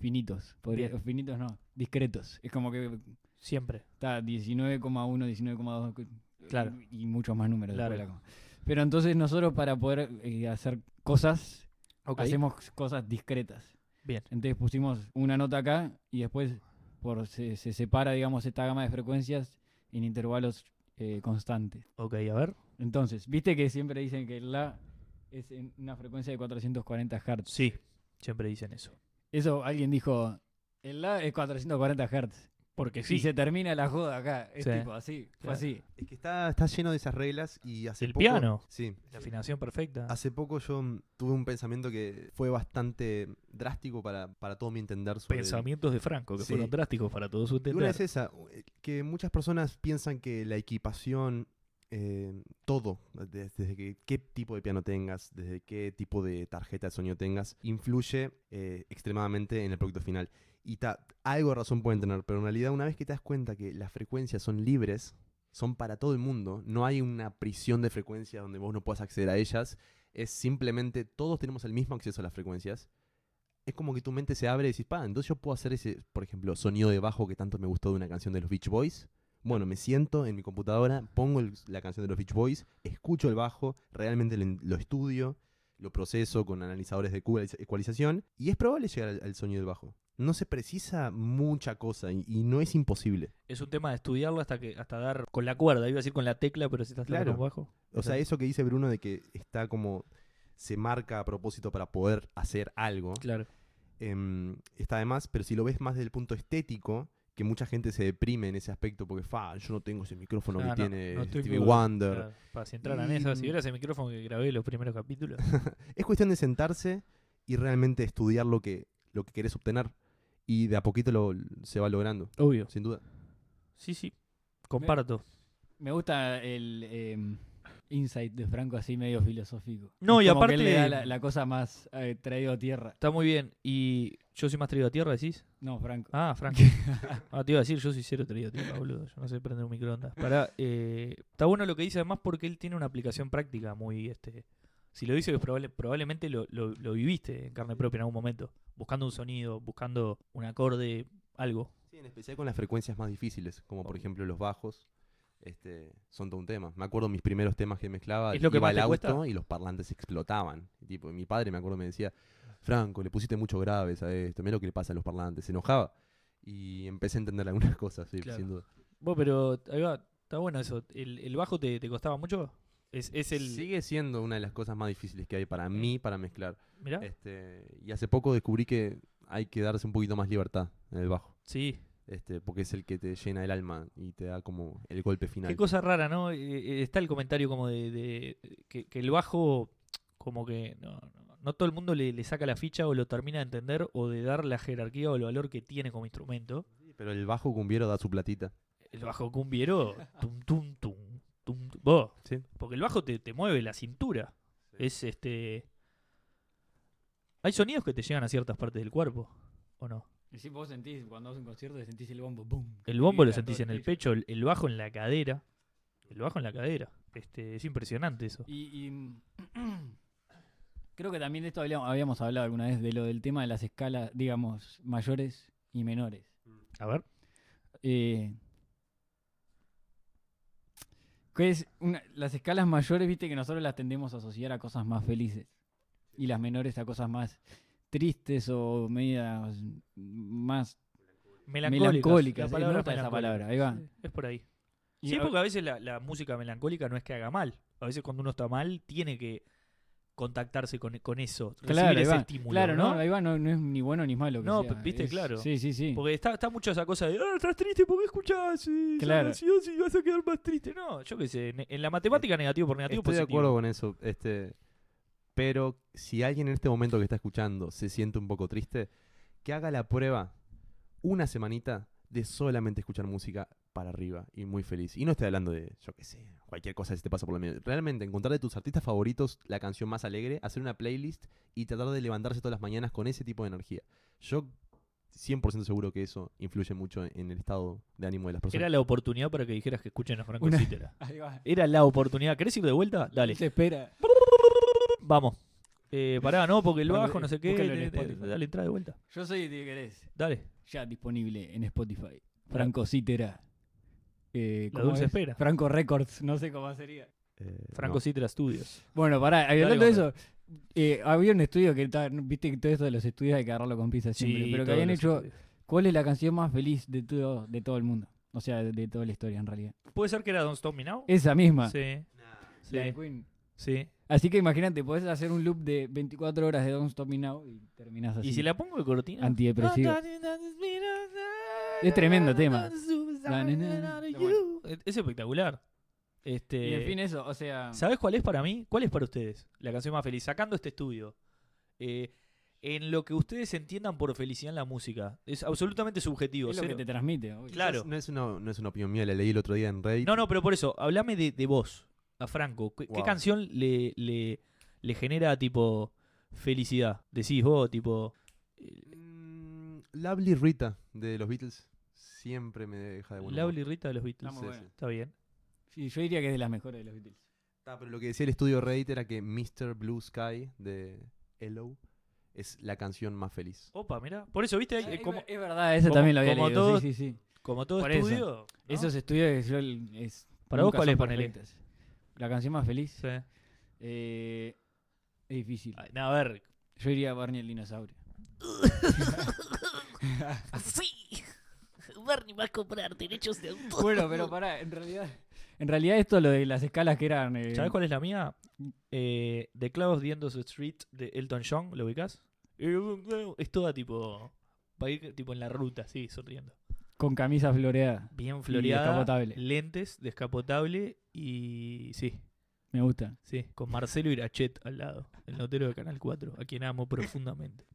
[SPEAKER 3] finitos. Podría-
[SPEAKER 1] Bien.
[SPEAKER 3] finitos no, discretos. Es como que
[SPEAKER 1] Siempre.
[SPEAKER 3] está 19,1, 19,2 cu-
[SPEAKER 1] Claro.
[SPEAKER 3] y, y muchos más números. después
[SPEAKER 1] Claro.
[SPEAKER 3] de la coma. Pero entonces nosotros para poder eh, hacer cosas,
[SPEAKER 1] Ok.
[SPEAKER 3] hacemos cosas discretas.
[SPEAKER 1] Bien.
[SPEAKER 3] Entonces pusimos una nota acá y después por, se, se separa, digamos, esta gama de frecuencias en intervalos eh, constantes.
[SPEAKER 1] Ok, a ver.
[SPEAKER 3] Entonces, viste que siempre dicen que la es en una frecuencia de 440 Hz.
[SPEAKER 1] Sí, siempre dicen eso.
[SPEAKER 3] Eso alguien dijo, el la es 440 Hz.
[SPEAKER 1] Porque
[SPEAKER 3] Y se termina la joda acá. Es
[SPEAKER 1] Eh, Sí.
[SPEAKER 3] tipo así, fue
[SPEAKER 1] Claro.
[SPEAKER 3] así.
[SPEAKER 4] Es que está, está lleno de esas reglas y hace
[SPEAKER 1] El
[SPEAKER 4] poco-
[SPEAKER 1] piano.
[SPEAKER 4] Sí.
[SPEAKER 1] La afinación perfecta.
[SPEAKER 4] Hace poco yo mm, tuve un pensamiento que fue bastante drástico para, para todo mi entender sobre...
[SPEAKER 1] Pensamientos de Franco, que
[SPEAKER 4] Sí.
[SPEAKER 1] fueron drásticos para todos
[SPEAKER 4] Y una es
[SPEAKER 1] ustedes.
[SPEAKER 4] esa, eh, que muchas personas piensan que la equipación, eh, todo, des- desde, que, qué tipo de piano tengas, desde qué tipo de tarjeta de sonido tengas, influye eh, extremadamente en el producto final. Y ta- algo de razón pueden tener, pero en realidad una vez que te das cuenta que las frecuencias son libres, son para todo el mundo, no hay una prisión de frecuencias donde vos no puedas acceder a ellas, es simplemente todos tenemos el mismo acceso a las frecuencias. Es como que tu mente se abre y dices, pa, entonces yo puedo hacer ese, por ejemplo, sonido de bajo que tanto me gustó de una canción de los Beach Boys. Bueno, me siento en mi computadora, pongo el- la canción de los Beach Boys, escucho el bajo, realmente lo, en- lo estudio, lo proceso con analizadores de ecualiz- ecualización y es probable llegar al, al sonido del bajo. No se precisa mucha cosa y, y no es imposible.
[SPEAKER 1] Es un tema de estudiarlo hasta que hasta dar con la cuerda, iba a decir con la tecla, pero si estás tocando
[SPEAKER 4] Claro.
[SPEAKER 1] con bajo.
[SPEAKER 4] O sea,
[SPEAKER 1] Exacto.
[SPEAKER 4] eso que dice Bruno de que está como se marca a propósito para poder hacer algo.
[SPEAKER 1] Claro.
[SPEAKER 4] em, está de más, pero si lo ves más desde el punto estético, que mucha gente se deprime en ese aspecto porque, fa, yo no tengo ese micrófono
[SPEAKER 1] Ah,
[SPEAKER 4] que
[SPEAKER 1] no,
[SPEAKER 4] tiene
[SPEAKER 1] no estoy
[SPEAKER 4] Stevie
[SPEAKER 1] muy-
[SPEAKER 4] Wonder.
[SPEAKER 1] Claro, Para si entraran
[SPEAKER 4] Y-
[SPEAKER 1] esas, si vieras el micrófono que grabé los primeros capítulos.
[SPEAKER 4] Es cuestión de sentarse y realmente estudiar lo que, lo que querés obtener. Y de a poquito lo, se va logrando,
[SPEAKER 1] Obvio.
[SPEAKER 4] sin duda.
[SPEAKER 1] Sí, sí. Comparto.
[SPEAKER 3] Me gusta el em, insight de Franco así medio filosófico.
[SPEAKER 1] No,
[SPEAKER 3] Es
[SPEAKER 1] y
[SPEAKER 3] como que le
[SPEAKER 1] aparte-
[SPEAKER 3] da la, la cosa más eh, traído a tierra.
[SPEAKER 1] Está muy bien. ¿Y yo soy más traído a tierra, decís?
[SPEAKER 3] No, Franco.
[SPEAKER 1] Ah, Frank. Ah, te iba a decir, yo soy cero traído a tierra, boludo. Yo no sé prender un microondas. Pará, eh, está bueno lo que dice además porque él tiene una aplicación práctica muy... este Si lo dice, que probable- probablemente lo, lo- lo viviste en carne propia en algún momento. Buscando un sonido, buscando un acorde, algo.
[SPEAKER 4] Sí, en especial con las frecuencias más difíciles, como por
[SPEAKER 1] Obvio.
[SPEAKER 4] ejemplo los bajos. Este, son todo un tema. Me acuerdo mis primeros temas que mezclaba.
[SPEAKER 1] ¿Es lo que
[SPEAKER 4] iba
[SPEAKER 1] más
[SPEAKER 4] al
[SPEAKER 1] te
[SPEAKER 4] auto
[SPEAKER 1] cuesta?
[SPEAKER 4] y los parlantes explotaban. Y tipo, mi padre me acuerdo me decía, Franco, le pusiste mucho graves a esto. Mira lo que le pasa a los parlantes. Se enojaba. Y empecé a entender algunas cosas, sí,
[SPEAKER 1] Claro.
[SPEAKER 4] sin duda.
[SPEAKER 1] Vos, pero ahí va, está bueno eso. ¿El, el bajo te, te costaba mucho? Es, es el...
[SPEAKER 4] Sigue siendo una de las cosas más difíciles que hay para mí para mezclar.
[SPEAKER 1] mirá,
[SPEAKER 4] Este, y hace poco descubrí que hay que darse un poquito más libertad en el bajo.
[SPEAKER 1] sí.
[SPEAKER 4] Este, porque es el que te llena el alma y te da como el golpe final.
[SPEAKER 1] Qué cosa rara, ¿no? Eh, eh, Está el comentario como de, de- que, que el bajo, como que no, no- no todo el mundo le, le saca la ficha o lo termina de entender o de dar la jerarquía o el valor que tiene como instrumento.
[SPEAKER 4] Pero el bajo cumbiero da su platita.
[SPEAKER 1] El bajo cumbiero, tum, tum, tum, tum, tum. Vos,
[SPEAKER 4] Sí.
[SPEAKER 1] porque el bajo te, te mueve la cintura. Es este... Hay sonidos que te llegan a ciertas partes del cuerpo, ¿o no?
[SPEAKER 3] Y si vos sentís, cuando vas a un concierto, sentís el bombo, boom.
[SPEAKER 1] El bombo
[SPEAKER 3] Y
[SPEAKER 1] lo
[SPEAKER 3] está
[SPEAKER 1] sentís
[SPEAKER 3] todo
[SPEAKER 1] en el
[SPEAKER 3] techo.
[SPEAKER 1] pecho, el, el bajo en la cadera. El bajo en la cadera. Este, es impresionante eso.
[SPEAKER 3] Y, y, creo que también de esto habíamos, habíamos hablado alguna vez, de lo del tema de las escalas, digamos, mayores y menores.
[SPEAKER 1] A ver.
[SPEAKER 3] Eh, que es una- las escalas mayores, viste, que nosotros las tendemos a asociar a cosas más felices. Y las menores a cosas más tristes o medias más.
[SPEAKER 1] Melancólicas.
[SPEAKER 3] Melancólicas,
[SPEAKER 1] La
[SPEAKER 3] es
[SPEAKER 1] palabra
[SPEAKER 3] nota
[SPEAKER 1] es
[SPEAKER 3] esa
[SPEAKER 1] melancólica.
[SPEAKER 3] palabra, ahí va.
[SPEAKER 1] Sí, Es por ahí.
[SPEAKER 3] y
[SPEAKER 1] sí,
[SPEAKER 3] a-
[SPEAKER 1] porque a veces la, la música melancólica no es que haga mal. A veces cuando uno está mal, tiene que contactarse con, con eso.
[SPEAKER 3] claro,
[SPEAKER 1] recibir
[SPEAKER 3] ahí
[SPEAKER 1] ese
[SPEAKER 3] va.
[SPEAKER 1] estímulo.
[SPEAKER 3] claro,
[SPEAKER 1] ¿no?
[SPEAKER 3] no, ahí va, no, no es ni bueno ni malo. que
[SPEAKER 1] No,
[SPEAKER 3] sea,
[SPEAKER 1] pe- viste,
[SPEAKER 3] es-
[SPEAKER 1] claro.
[SPEAKER 3] Sí, sí, sí.
[SPEAKER 1] Porque está, está mucho esa cosa de, ah, estás triste porque escuchás eh, esa
[SPEAKER 3] Claro.
[SPEAKER 1] canción y vas a quedar más triste. No, yo qué sé, en, en la
[SPEAKER 3] Eh,
[SPEAKER 1] matemática negativo por negativo pues,
[SPEAKER 4] Estoy de
[SPEAKER 1] positivo.
[SPEAKER 4] acuerdo con eso. Este, pero si alguien en este momento que está escuchando se siente un poco triste, que haga la prueba una semanita de solamente escuchar música para arriba y muy feliz. Y no estoy hablando de, yo qué sé, cualquier cosa que se te pasa por la mente. Realmente, encontrar de tus artistas favoritos la canción más alegre, hacer una playlist y tratar de levantarse todas las mañanas con ese tipo de energía. Yo 100% seguro que eso influye mucho en el estado de ánimo de las personas.
[SPEAKER 1] Era la oportunidad para que dijeras que escuchen a Franco
[SPEAKER 3] Una-
[SPEAKER 1] Cítera.
[SPEAKER 3] Ahí va.
[SPEAKER 1] Era la oportunidad. ¿Querés ir de vuelta? Dale.
[SPEAKER 3] Se espera.
[SPEAKER 1] Vamos. Eh, pará, no, porque el
[SPEAKER 3] Bueno,
[SPEAKER 1] bajo, no sé qué.
[SPEAKER 3] eh, búscalo en
[SPEAKER 1] te- te-
[SPEAKER 3] Spotify.
[SPEAKER 1] dale, entra de vuelta.
[SPEAKER 3] Yo soy de querés.
[SPEAKER 1] Dale.
[SPEAKER 3] Ya disponible en Spotify. Franco Cítera. Eh,
[SPEAKER 1] La
[SPEAKER 3] ¿cómo
[SPEAKER 1] dulce
[SPEAKER 3] es?
[SPEAKER 1] espera.
[SPEAKER 3] Franco Records, no sé cómo sería.
[SPEAKER 4] Eh,
[SPEAKER 1] Franco
[SPEAKER 4] no.
[SPEAKER 1] Citra Studios.
[SPEAKER 3] Bueno, pará, hablando de
[SPEAKER 1] Dale,
[SPEAKER 3] eso, eh, había un estudio que ta- viste que todo esto de los estudios hay que agarrarlo con pinzas siempre, pero que
[SPEAKER 1] todos
[SPEAKER 3] habían
[SPEAKER 1] los
[SPEAKER 3] hecho,
[SPEAKER 1] estudios.
[SPEAKER 3] ¿cuál es la canción más feliz de todo, de todo el mundo? O sea, de, de toda la historia en realidad.
[SPEAKER 1] ¿Puede ser que era Don't Stop Me Now?
[SPEAKER 3] Esa misma.
[SPEAKER 1] Sí.
[SPEAKER 3] la de
[SPEAKER 1] Sí.
[SPEAKER 3] Queen.
[SPEAKER 1] sí.
[SPEAKER 3] Así que imagínate, podés hacer un loop de 24 horas de Don't Stop Me Now y terminás así.
[SPEAKER 1] ¿Y si la Ah, pongo de cortina?
[SPEAKER 3] Antidepresivo. Es tremendo tema.
[SPEAKER 1] Es- Es espectacular. Este,
[SPEAKER 3] Y en fin, eso, o sea,
[SPEAKER 1] ¿Sabés cuál es para mí? ¿Cuál es para ustedes la canción más feliz? Sacando este estudio. Eh, en lo que ustedes entiendan por felicidad en la música. Es absolutamente subjetivo.
[SPEAKER 3] es lo que
[SPEAKER 1] cero.
[SPEAKER 3] te transmite. obvio.
[SPEAKER 1] Claro.
[SPEAKER 4] No es, una, no es una opinión mía, la leí el otro día en Reddit.
[SPEAKER 1] No, no, pero por eso, hablame de, de vos, a Franco. ¿Qué, qué
[SPEAKER 4] Wow.
[SPEAKER 1] canción le, le, le genera, tipo, felicidad? Decís vos, tipo... eh,
[SPEAKER 4] Mm, Lovely Rita de los Beatles siempre me deja de buen humor.
[SPEAKER 1] Lovely Rita de los Beatles.
[SPEAKER 3] Está muy
[SPEAKER 4] Sí,
[SPEAKER 3] buena.
[SPEAKER 4] sí.
[SPEAKER 1] Está bien.
[SPEAKER 3] Sí, yo diría que es de las mejores de los Beatles.
[SPEAKER 4] Ah, pero lo que decía el estudio Reddit era que Mr. Blue Sky de Hello es la canción más feliz.
[SPEAKER 1] Opa, mirá. Por eso, viste, Hay-
[SPEAKER 3] Ah,
[SPEAKER 1] eh,
[SPEAKER 3] es
[SPEAKER 1] como,
[SPEAKER 3] ver- es verdad, esa
[SPEAKER 1] como-
[SPEAKER 3] también la había
[SPEAKER 1] como
[SPEAKER 3] leído.
[SPEAKER 1] todos-
[SPEAKER 3] sí, sí, sí.
[SPEAKER 1] Como todo
[SPEAKER 3] Por eso.
[SPEAKER 1] estudio. ¿no?
[SPEAKER 3] Esos estudios que yo el- es-
[SPEAKER 1] Para vos,
[SPEAKER 3] nunca
[SPEAKER 1] ¿cuál
[SPEAKER 3] son
[SPEAKER 1] es, ponele?
[SPEAKER 3] perfectas. La canción más feliz.
[SPEAKER 1] Sí. Ah.
[SPEAKER 3] Eh, es difícil.
[SPEAKER 1] Ay, no, a ver.
[SPEAKER 3] Yo iría a Barney el dinosaurio.
[SPEAKER 5] Sí. Barney va a comprar derechos de autor.
[SPEAKER 3] Bueno, pero pará, en realidad. En realidad, esto lo de las escalas que eran. eh,
[SPEAKER 1] ¿Sabés cuál es la mía? Eh, The Cloud of the End of the Street de Elton John, ¿lo ubicás? Es toda tipo. Va a ir tipo en la ruta, así, sonriendo.
[SPEAKER 3] Con camisa floreada.
[SPEAKER 1] Bien
[SPEAKER 3] Y
[SPEAKER 1] floreada.
[SPEAKER 3] descapotable.
[SPEAKER 1] Lentes, descapotable y. Sí,
[SPEAKER 3] Me gusta.
[SPEAKER 1] sí. Con Marcelo Irachet al lado, el notero de Canal 4, a quien amo profundamente.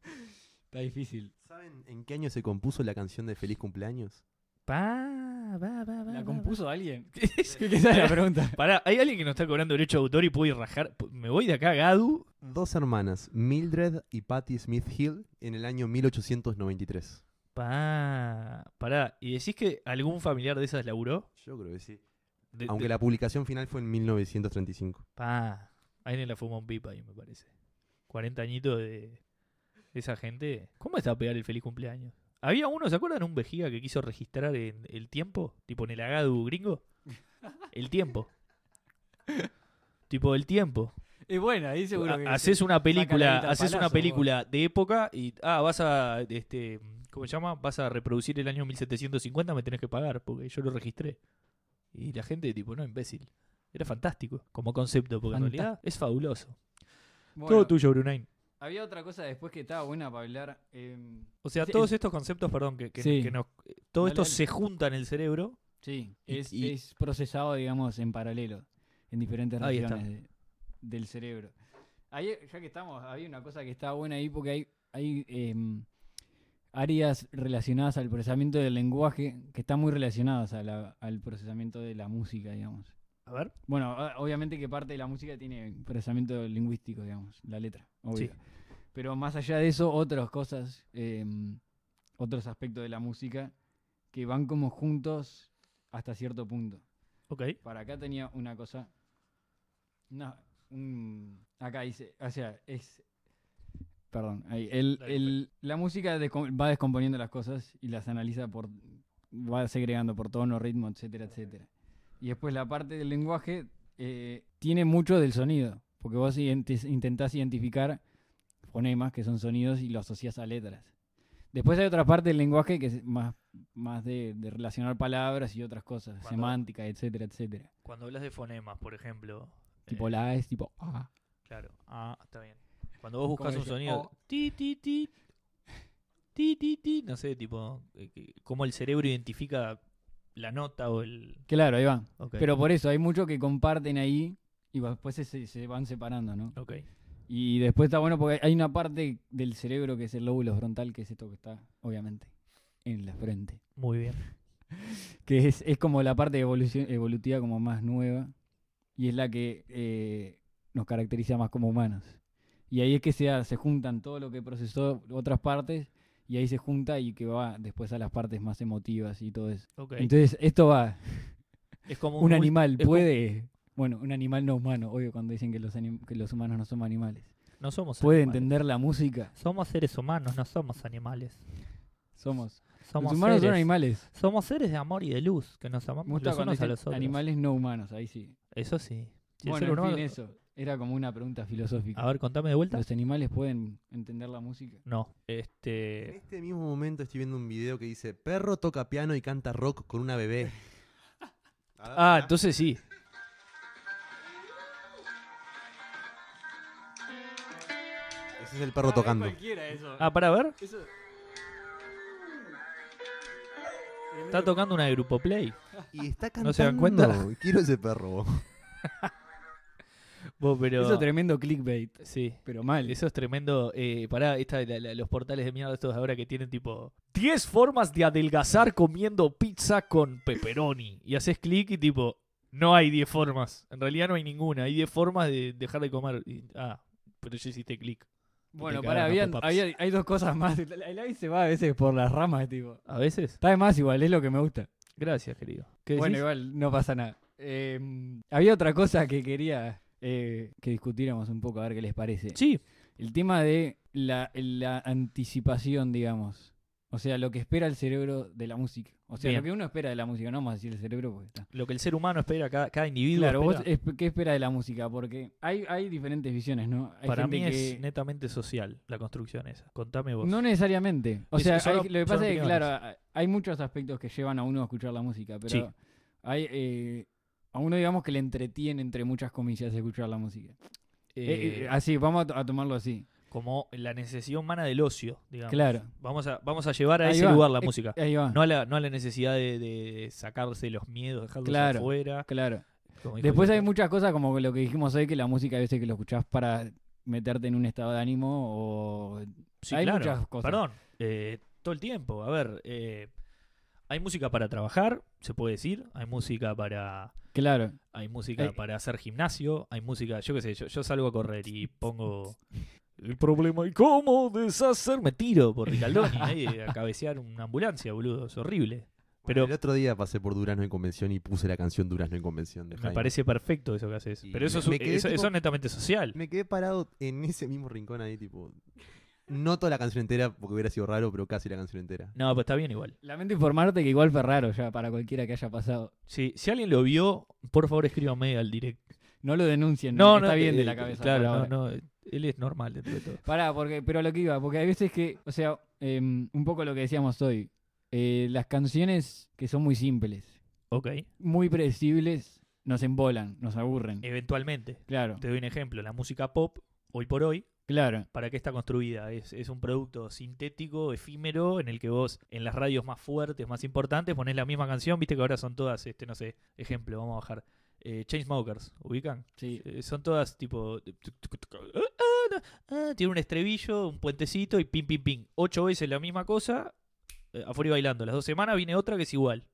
[SPEAKER 3] Está difícil.
[SPEAKER 4] ¿Saben en qué año se compuso la canción de Feliz Cumpleaños?
[SPEAKER 1] Pa, va, va, va,
[SPEAKER 3] ¿La
[SPEAKER 1] va,
[SPEAKER 3] compuso alguien?
[SPEAKER 1] va.
[SPEAKER 3] ¿Qué esa es la pregunta?
[SPEAKER 1] Pará, hay alguien que nos está cobrando derecho de autor y puedo ir rajar. Me voy de acá a Gadu.
[SPEAKER 4] Dos hermanas, Mildred y Patty Smith Hill, en el año 1893.
[SPEAKER 1] Pa, pará. ¿Y decís que algún familiar de esas laburó?
[SPEAKER 4] Yo creo que sí.
[SPEAKER 1] De-
[SPEAKER 4] Aunque
[SPEAKER 1] de-
[SPEAKER 4] la publicación final fue en 1935.
[SPEAKER 1] Pa, ahí en la fuma un pipa ahí, me parece. 40 añitos de esa gente. ¿Cómo está a pegar el feliz cumpleaños? Había uno, ¿se acuerdan? Un vejiga que quiso registrar en el tiempo, tipo en el agadu gringo. El tiempo. tipo el tiempo.
[SPEAKER 3] Es buena, ahí seguro
[SPEAKER 1] Ha-
[SPEAKER 3] que.
[SPEAKER 1] haces una película,
[SPEAKER 3] guita al
[SPEAKER 1] haces una
[SPEAKER 3] palazo,
[SPEAKER 1] película de época y ah, vas a este, ¿cómo se llama? Vas a reproducir el año 1750, me tenés que pagar porque yo lo registré. Y la gente tipo, no, imbécil. Era fantástico como concepto, porque en
[SPEAKER 3] Fantá-
[SPEAKER 1] realidad es fabuloso.
[SPEAKER 3] Bueno,
[SPEAKER 1] Todo tuyo, Brunei.
[SPEAKER 3] Había otra cosa después que estaba buena para hablar. em,
[SPEAKER 1] O sea,
[SPEAKER 3] Sí,
[SPEAKER 1] todos
[SPEAKER 3] el-
[SPEAKER 1] estos conceptos, perdón, que, que-
[SPEAKER 3] Sí.
[SPEAKER 1] que nos- eh, todo
[SPEAKER 3] Dale,
[SPEAKER 1] esto
[SPEAKER 3] dale.
[SPEAKER 1] se junta en el cerebro.
[SPEAKER 3] sí,
[SPEAKER 1] Y-
[SPEAKER 3] es,
[SPEAKER 1] y-
[SPEAKER 3] es procesado, digamos, en paralelo. En diferentes
[SPEAKER 1] Ahí está.
[SPEAKER 3] regiones de- del cerebro. Ahí, ya que estamos, había una cosa que estaba buena ahí porque hay, hay em, áreas relacionadas al procesamiento del lenguaje que están muy relacionadas a la- al procesamiento de la música, digamos.
[SPEAKER 1] A ver.
[SPEAKER 3] Bueno, o- obviamente que parte de la música tiene procesamiento lingüístico, digamos, la letra, obvio.
[SPEAKER 1] Sí.
[SPEAKER 3] Pero más allá de eso, otras cosas, eh, otros aspectos de la música que van como juntos hasta cierto punto.
[SPEAKER 1] Ok.
[SPEAKER 3] Para acá tenía una cosa. No, un- acá dice, o sea, es. Perdón, ahí, el-
[SPEAKER 1] Dale,
[SPEAKER 3] el- la música descom- va descomponiendo las cosas y las analiza por. va segregando por tono, ritmo, etcétera, etcétera. Y después la parte del lenguaje eh, tiene mucho del sonido, porque vos identi- intentás identificar fonemas, que son sonidos, y lo asociás a letras. Después hay otra parte del lenguaje que es más, más de, de relacionar palabras y otras cosas,
[SPEAKER 1] Cuando-
[SPEAKER 3] semántica, etcétera, etcétera.
[SPEAKER 1] Cuando hablas de fonemas, por ejemplo.
[SPEAKER 3] Tipo
[SPEAKER 1] eh,
[SPEAKER 3] la A es tipo A.
[SPEAKER 1] Claro. Ah, está bien. Cuando vos buscas
[SPEAKER 3] Como
[SPEAKER 1] un
[SPEAKER 3] dice,
[SPEAKER 1] sonido.
[SPEAKER 3] "Oh".
[SPEAKER 1] Ti, ti, ti. Ti, ti, ti. No sé, tipo. eh, que- Cómo el cerebro identifica la nota o el.
[SPEAKER 3] Claro, ahí va.
[SPEAKER 1] Ok.
[SPEAKER 3] Pero por eso hay mucho que comparten ahí y va- después se, se van separando, ¿no?
[SPEAKER 1] Ok.
[SPEAKER 3] Y después está bueno porque hay una parte del cerebro que es el lóbulo frontal, que es esto que está, obviamente, en la frente.
[SPEAKER 1] Muy bien.
[SPEAKER 3] que es, es como la parte evoluci- evolutiva como más nueva y es la que eh, nos caracteriza más como humanos. Y ahí es que se, ha- se juntan todo lo que procesó otras partes y ahí se junta y que va después a las partes más emotivas y todo eso.
[SPEAKER 1] Ok.
[SPEAKER 3] Entonces, esto va,
[SPEAKER 1] es como
[SPEAKER 3] un
[SPEAKER 1] multi-
[SPEAKER 3] animal
[SPEAKER 1] es como-
[SPEAKER 3] puede, bueno, un animal no humano, obvio cuando dicen que los, anim- que los humanos no somos animales,
[SPEAKER 1] No somos
[SPEAKER 3] puede
[SPEAKER 1] animales.
[SPEAKER 3] entender la música.
[SPEAKER 1] Somos seres humanos, no somos animales.
[SPEAKER 3] Somos.
[SPEAKER 1] Somos
[SPEAKER 3] los humanos
[SPEAKER 1] seres.
[SPEAKER 3] son animales.
[SPEAKER 1] Somos seres de amor y de luz que nos
[SPEAKER 3] Me
[SPEAKER 1] amamos
[SPEAKER 3] gusta
[SPEAKER 1] los
[SPEAKER 3] cuando
[SPEAKER 1] unos a
[SPEAKER 3] dicen
[SPEAKER 1] los otros.
[SPEAKER 3] animales no humanos, ahí sí.
[SPEAKER 1] Eso sí. Si el
[SPEAKER 3] bueno,
[SPEAKER 1] ser
[SPEAKER 3] en
[SPEAKER 1] humano-
[SPEAKER 3] fin, eso. Era como una pregunta filosófica.
[SPEAKER 1] A ver, contame de vuelta.
[SPEAKER 3] ¿Los animales pueden entender la música?
[SPEAKER 1] No.
[SPEAKER 4] En
[SPEAKER 1] Este.
[SPEAKER 4] este mismo momento estoy viendo un video que dice Perro toca piano y canta rock con una bebé.
[SPEAKER 1] Ah, entonces sí.
[SPEAKER 4] Ese es el perro tocando.
[SPEAKER 1] Ah, para ver. Está tocando una de Grupo Play.
[SPEAKER 4] Y está cantando.
[SPEAKER 1] ¿No se dan cuenta?
[SPEAKER 4] Quiero ese perro.
[SPEAKER 1] Vos, pero.
[SPEAKER 3] Eso es tremendo clickbait,
[SPEAKER 1] Sí.
[SPEAKER 3] pero mal.
[SPEAKER 1] Eso es tremendo. Eh, pará, esta, la- la- los portales de mierda estos de ahora que tienen tipo 10 formas de adelgazar comiendo pizza con pepperoni. Y haces clic y tipo, no hay 10 formas. En realidad no hay ninguna. Hay 10 formas de dejar de comer. Y- ah, pero ya hiciste clic.
[SPEAKER 3] bueno,
[SPEAKER 1] te
[SPEAKER 3] pará,
[SPEAKER 1] cagaron
[SPEAKER 3] habían-
[SPEAKER 1] los pop-ups.
[SPEAKER 3] había- hay dos cosas más. El el AI se va a veces por las ramas, tipo.
[SPEAKER 1] A veces.
[SPEAKER 3] Está de más igual, es lo que me gusta.
[SPEAKER 1] Gracias, querido. ¿Qué
[SPEAKER 3] Bueno,
[SPEAKER 1] decís?
[SPEAKER 3] igual, no pasa nada. Eh, había otra cosa que quería eh, que discutiéramos un poco, a ver qué les parece.
[SPEAKER 1] Sí,
[SPEAKER 3] El tema de la, la anticipación, digamos. O sea, lo que espera el cerebro de la música. O sea,
[SPEAKER 1] Bien.
[SPEAKER 3] lo que uno espera de la música, no vamos a decir el cerebro porque está.
[SPEAKER 1] Lo que el ser humano espera, cada, cada individuo.
[SPEAKER 3] Claro, vos
[SPEAKER 1] espera.
[SPEAKER 3] esp- ¿qué espera de la música? Porque hay, hay diferentes visiones, ¿no? Hay
[SPEAKER 1] Para
[SPEAKER 3] gente
[SPEAKER 1] mí
[SPEAKER 3] que-
[SPEAKER 1] es netamente social la construcción esa. Contame vos.
[SPEAKER 3] No necesariamente. O
[SPEAKER 1] Es-
[SPEAKER 3] sea,
[SPEAKER 1] solo-
[SPEAKER 3] hay- lo que
[SPEAKER 1] son
[SPEAKER 3] pasa es que,
[SPEAKER 1] opiniones.
[SPEAKER 3] claro, a- hay muchos aspectos que llevan a uno a escuchar la música, pero
[SPEAKER 1] Sí.
[SPEAKER 3] hay, eh, a uno digamos que le entretiene entre muchas comillas escuchar la música. Eh, eh,
[SPEAKER 1] Eh,
[SPEAKER 3] así, vamos a to- a, tomarlo así.
[SPEAKER 1] como la necesidad humana del ocio, digamos.
[SPEAKER 3] Claro.
[SPEAKER 1] Vamos a, vamos a llevar a
[SPEAKER 3] Ahí
[SPEAKER 1] ese
[SPEAKER 3] va.
[SPEAKER 1] lugar la
[SPEAKER 3] Eh,
[SPEAKER 1] música.
[SPEAKER 3] Ahí va.
[SPEAKER 1] No a la, no a la necesidad de, de sacarse los miedos, dejarlos
[SPEAKER 3] Claro.
[SPEAKER 1] afuera.
[SPEAKER 3] Claro.
[SPEAKER 1] como dijo
[SPEAKER 3] Después hay
[SPEAKER 1] Guillermo.
[SPEAKER 3] muchas cosas como lo que dijimos hoy, que la música a veces que lo escuchás para meterte en un estado de ánimo o...
[SPEAKER 1] Sí,
[SPEAKER 3] hay
[SPEAKER 1] claro.
[SPEAKER 3] muchas cosas.
[SPEAKER 1] Perdón, eh, todo el tiempo. A ver, eh, hay música para trabajar, se puede decir. Hay música para.
[SPEAKER 3] Claro.
[SPEAKER 1] Hay música
[SPEAKER 4] Eh.
[SPEAKER 3] Hay-
[SPEAKER 1] para hacer gimnasio. Hay música, yo qué sé, yo, yo salgo a correr y pongo. El problema, ¿y cómo deshacerme? Tiro por Ricaldoni eh, a cabecear una ambulancia, boludo. Es horrible. Pero-
[SPEAKER 4] Pero el otro día pasé por Durazno en Convención y puse la canción Durazno en Convención de
[SPEAKER 1] Me
[SPEAKER 4] Jaime.
[SPEAKER 1] parece perfecto eso que haces.
[SPEAKER 4] Y
[SPEAKER 1] Pero eso
[SPEAKER 4] me-
[SPEAKER 1] es, un-
[SPEAKER 4] me quedé
[SPEAKER 1] eso- eso
[SPEAKER 4] tipo-
[SPEAKER 1] es netamente social.
[SPEAKER 4] Me quedé parado en ese mismo rincón ahí, tipo. No toda la canción entera, porque hubiera sido raro, pero casi la canción entera.
[SPEAKER 1] No, pero está bien igual.
[SPEAKER 3] Lamento informarte que igual fue raro ya para cualquiera que haya pasado.
[SPEAKER 1] Si, si alguien lo vio, por favor escríbame al directo.
[SPEAKER 3] No lo denuncien.
[SPEAKER 1] No, no,
[SPEAKER 3] está bien de
[SPEAKER 1] eh,
[SPEAKER 3] la cabeza.
[SPEAKER 1] Claro,
[SPEAKER 3] por
[SPEAKER 1] no,
[SPEAKER 3] ahora.
[SPEAKER 1] no. Él es normal dentro de todo.
[SPEAKER 3] Pará, porque, pero lo que iba, porque hay veces que, o sea, em, un poco lo que decíamos hoy, eh, las canciones que son muy simples,
[SPEAKER 1] Ok.
[SPEAKER 3] muy predecibles, nos embolan, nos aburren.
[SPEAKER 1] Eventualmente.
[SPEAKER 3] Claro,
[SPEAKER 1] Eh, Te doy un ejemplo. La música pop, hoy por hoy,
[SPEAKER 3] claro,
[SPEAKER 1] ¿para qué está construida? Es, es un producto sintético, efímero, en el que vos, en las radios más fuertes, más importantes, ponés la misma canción. Viste que ahora son todas, este, no sé, ejemplo, vamos a bajar. Eh, Chainsmokers, ¿ubican?
[SPEAKER 3] sí.
[SPEAKER 1] Eh, son todas tipo. Tiene un estribillo, un puentecito y pim, pim, pim. Ocho veces la misma cosa, eh, afuera y bailando. Las dos semanas viene otra que es igual.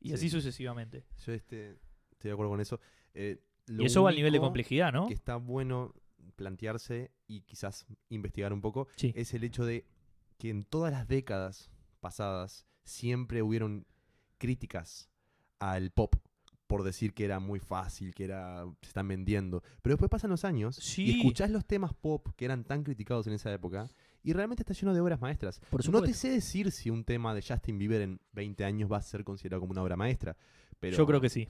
[SPEAKER 1] Y
[SPEAKER 4] Sí.
[SPEAKER 1] así sucesivamente.
[SPEAKER 4] Yo este, estoy de acuerdo con eso. Eh, lo
[SPEAKER 1] Y eso va al nivel de
[SPEAKER 4] único
[SPEAKER 1] complejidad, ¿no?
[SPEAKER 4] que está bueno plantearse y quizás investigar un poco
[SPEAKER 1] Sí.
[SPEAKER 4] es el hecho de que en todas las décadas pasadas siempre hubieron críticas al pop por decir que era muy fácil, que era se están vendiendo. Pero después pasan los años
[SPEAKER 1] Sí.
[SPEAKER 4] y escuchás los temas pop que eran tan criticados en esa época y realmente está lleno de obras maestras.
[SPEAKER 1] Por
[SPEAKER 4] no te sé decir si un tema de Justin Bieber en 20 años va a ser considerado como una obra maestra. Pero
[SPEAKER 1] Yo creo que sí.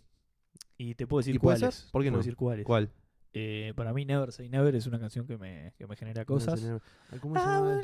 [SPEAKER 1] Y te puedo decir
[SPEAKER 4] ¿Y puede
[SPEAKER 1] cuáles.
[SPEAKER 4] ser? ¿Por qué
[SPEAKER 1] Puedo
[SPEAKER 4] no?
[SPEAKER 1] decir cuáles.
[SPEAKER 4] ¿Cuál?
[SPEAKER 1] Eh, para mí, Never Say Never es una canción que me, que me genera cosas. Ah,
[SPEAKER 4] Ay, ¿Cómo se llama?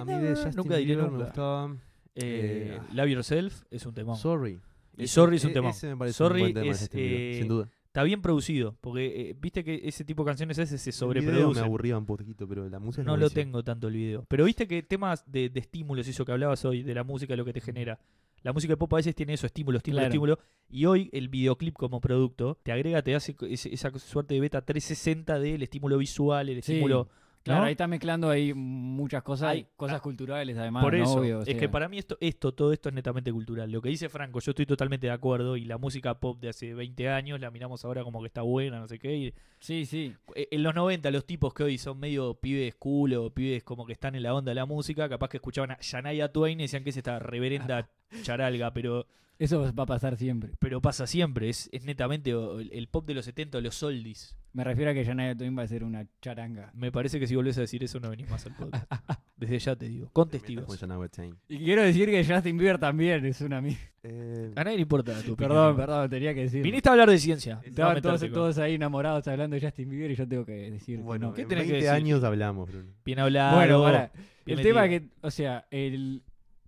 [SPEAKER 4] A mí de Justin
[SPEAKER 1] nunca diré
[SPEAKER 4] Bieber me
[SPEAKER 1] nunca.
[SPEAKER 4] gustaba
[SPEAKER 1] Eh,
[SPEAKER 4] Eh,
[SPEAKER 1] Love Yourself es un temón.
[SPEAKER 4] Sorry.
[SPEAKER 1] Y
[SPEAKER 4] Ese-
[SPEAKER 1] Sorry es un
[SPEAKER 4] e-
[SPEAKER 1] temón.
[SPEAKER 4] ese me parece
[SPEAKER 1] Sorry
[SPEAKER 4] un buen tema de
[SPEAKER 1] es,
[SPEAKER 4] Justin Bieber,
[SPEAKER 1] eh,
[SPEAKER 4] sin duda.
[SPEAKER 1] Está bien producido, porque eh, viste que ese tipo de canciones a veces se
[SPEAKER 4] El video
[SPEAKER 1] sobreproducen.
[SPEAKER 4] Me aburría un poquito, pero la música es
[SPEAKER 1] No lo
[SPEAKER 4] buenísima.
[SPEAKER 1] tengo tanto el video. Pero viste que temas de, de estímulos, eso que hablabas hoy, de la música, lo que te genera. La música de pop a veces tiene eso, estímulo, estímulo,
[SPEAKER 3] Claro.
[SPEAKER 1] estímulo. Y hoy el videoclip como producto te agrega, te hace co- ese- esa suerte de beta 360 del estímulo visual, el
[SPEAKER 3] Sí,
[SPEAKER 1] estímulo.
[SPEAKER 3] Claro,
[SPEAKER 1] ¿no?
[SPEAKER 3] ahí está mezclando ahí muchas cosas,
[SPEAKER 1] Hay- ah,
[SPEAKER 3] cosas culturales además,
[SPEAKER 1] Por
[SPEAKER 3] ¿no?
[SPEAKER 1] eso,
[SPEAKER 3] Obvio, o
[SPEAKER 1] es
[SPEAKER 3] sea,
[SPEAKER 1] que para mí esto, esto, todo esto es netamente cultural. Lo que dice Franco, yo estoy totalmente de acuerdo y la música pop de hace 20 años la miramos ahora como que está buena, no sé qué. y
[SPEAKER 3] Sí, sí,
[SPEAKER 1] Eh, En los 90, los tipos que hoy son medio pibes culo, pibes como que están en la onda de la música, capaz que escuchaban a Shania Twain y decían que es esta reverenda charalga, pero,
[SPEAKER 3] eso va a pasar siempre.
[SPEAKER 1] pero pasa siempre. Es, es netamente o- el, el pop de los 70, los oldies.
[SPEAKER 3] Me refiero a que Janaya Twain va a ser una charanga.
[SPEAKER 1] Me parece que si volvés a decir eso no venís más al podcast. Desde ya te digo,
[SPEAKER 4] Te metas
[SPEAKER 1] contestivos.
[SPEAKER 4] con Jana Wetain.
[SPEAKER 3] Y quiero decir que Justin Bieber también es una mí.
[SPEAKER 4] Eh,
[SPEAKER 1] A nadie le importa tu opinión.
[SPEAKER 3] Perdón, perdón, tenía que decir.
[SPEAKER 1] Viniste a hablar de ciencia. no a
[SPEAKER 3] Estaban todos,
[SPEAKER 1] meterte con-
[SPEAKER 3] todos ahí enamorados hablando de Justin Bieber y yo tengo que decir que
[SPEAKER 4] bueno,
[SPEAKER 3] no.
[SPEAKER 1] ¿qué
[SPEAKER 4] en
[SPEAKER 1] tenés que
[SPEAKER 4] 20
[SPEAKER 1] decir?
[SPEAKER 4] años hablamos, Bruno.
[SPEAKER 1] Bien hablado.
[SPEAKER 3] Bueno, pará.
[SPEAKER 1] bien
[SPEAKER 3] El tema
[SPEAKER 1] metido.
[SPEAKER 3] que, o sea, el-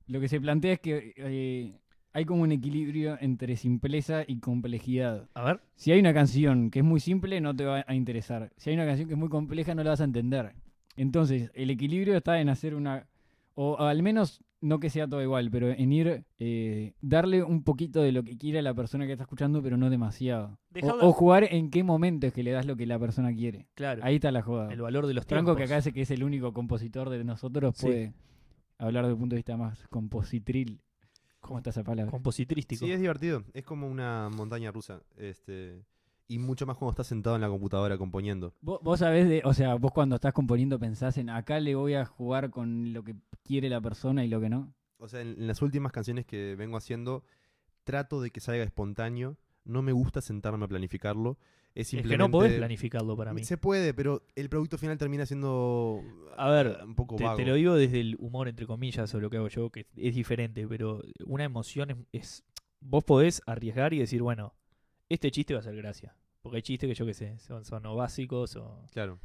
[SPEAKER 3] lo que se plantea es que eh, hay como un equilibrio entre simpleza y complejidad.
[SPEAKER 1] A ver,
[SPEAKER 3] Si hay una canción que es muy simple, no te va a interesar. Si hay una canción que es muy compleja, no la vas a entender. Entonces, el equilibrio está en hacer una. O al menos, no que sea todo igual, pero en ir. eh, darle un poquito de lo que quiera la persona que está escuchando, pero no demasiado. O,
[SPEAKER 1] Dejá de-
[SPEAKER 3] o jugar en qué momento es que le das lo que la persona quiere.
[SPEAKER 1] claro.
[SPEAKER 3] Ahí está la jugada.
[SPEAKER 1] El valor de los
[SPEAKER 3] Franco,
[SPEAKER 1] tiempos.
[SPEAKER 3] que acá hace que es el único compositor de nosotros,
[SPEAKER 1] Sí.
[SPEAKER 3] puede hablar de un punto de vista más compositril. ¿Cómo está esa palabra?
[SPEAKER 1] Compositrístico.
[SPEAKER 4] Sí, es divertido. Es como una montaña rusa. Este, y mucho más cuando estás sentado en la computadora componiendo.
[SPEAKER 3] Vos, vos sabés, de, o sea, vos cuando estás componiendo pensás en acá le voy a jugar con lo que quiere la persona y lo que no.
[SPEAKER 4] O sea, en, en las últimas canciones que vengo haciendo, trato de que salga espontáneo. No me gusta sentarme a planificarlo. Es
[SPEAKER 1] Es
[SPEAKER 4] simplemente...
[SPEAKER 1] que no podés planificarlo para mí.
[SPEAKER 4] Mm, Se puede, pero el producto final termina siendo
[SPEAKER 1] A ver,
[SPEAKER 4] ah, un poco
[SPEAKER 1] Te,
[SPEAKER 4] vago.
[SPEAKER 1] te lo digo desde el humor, entre comillas, o lo que hago yo, que es diferente, pero una emoción es, es- Vos podés arriesgar y decir, bueno, este chiste va a ser gracia. Porque hay chistes que yo qué sé, son, son o básicos o...
[SPEAKER 4] Claro.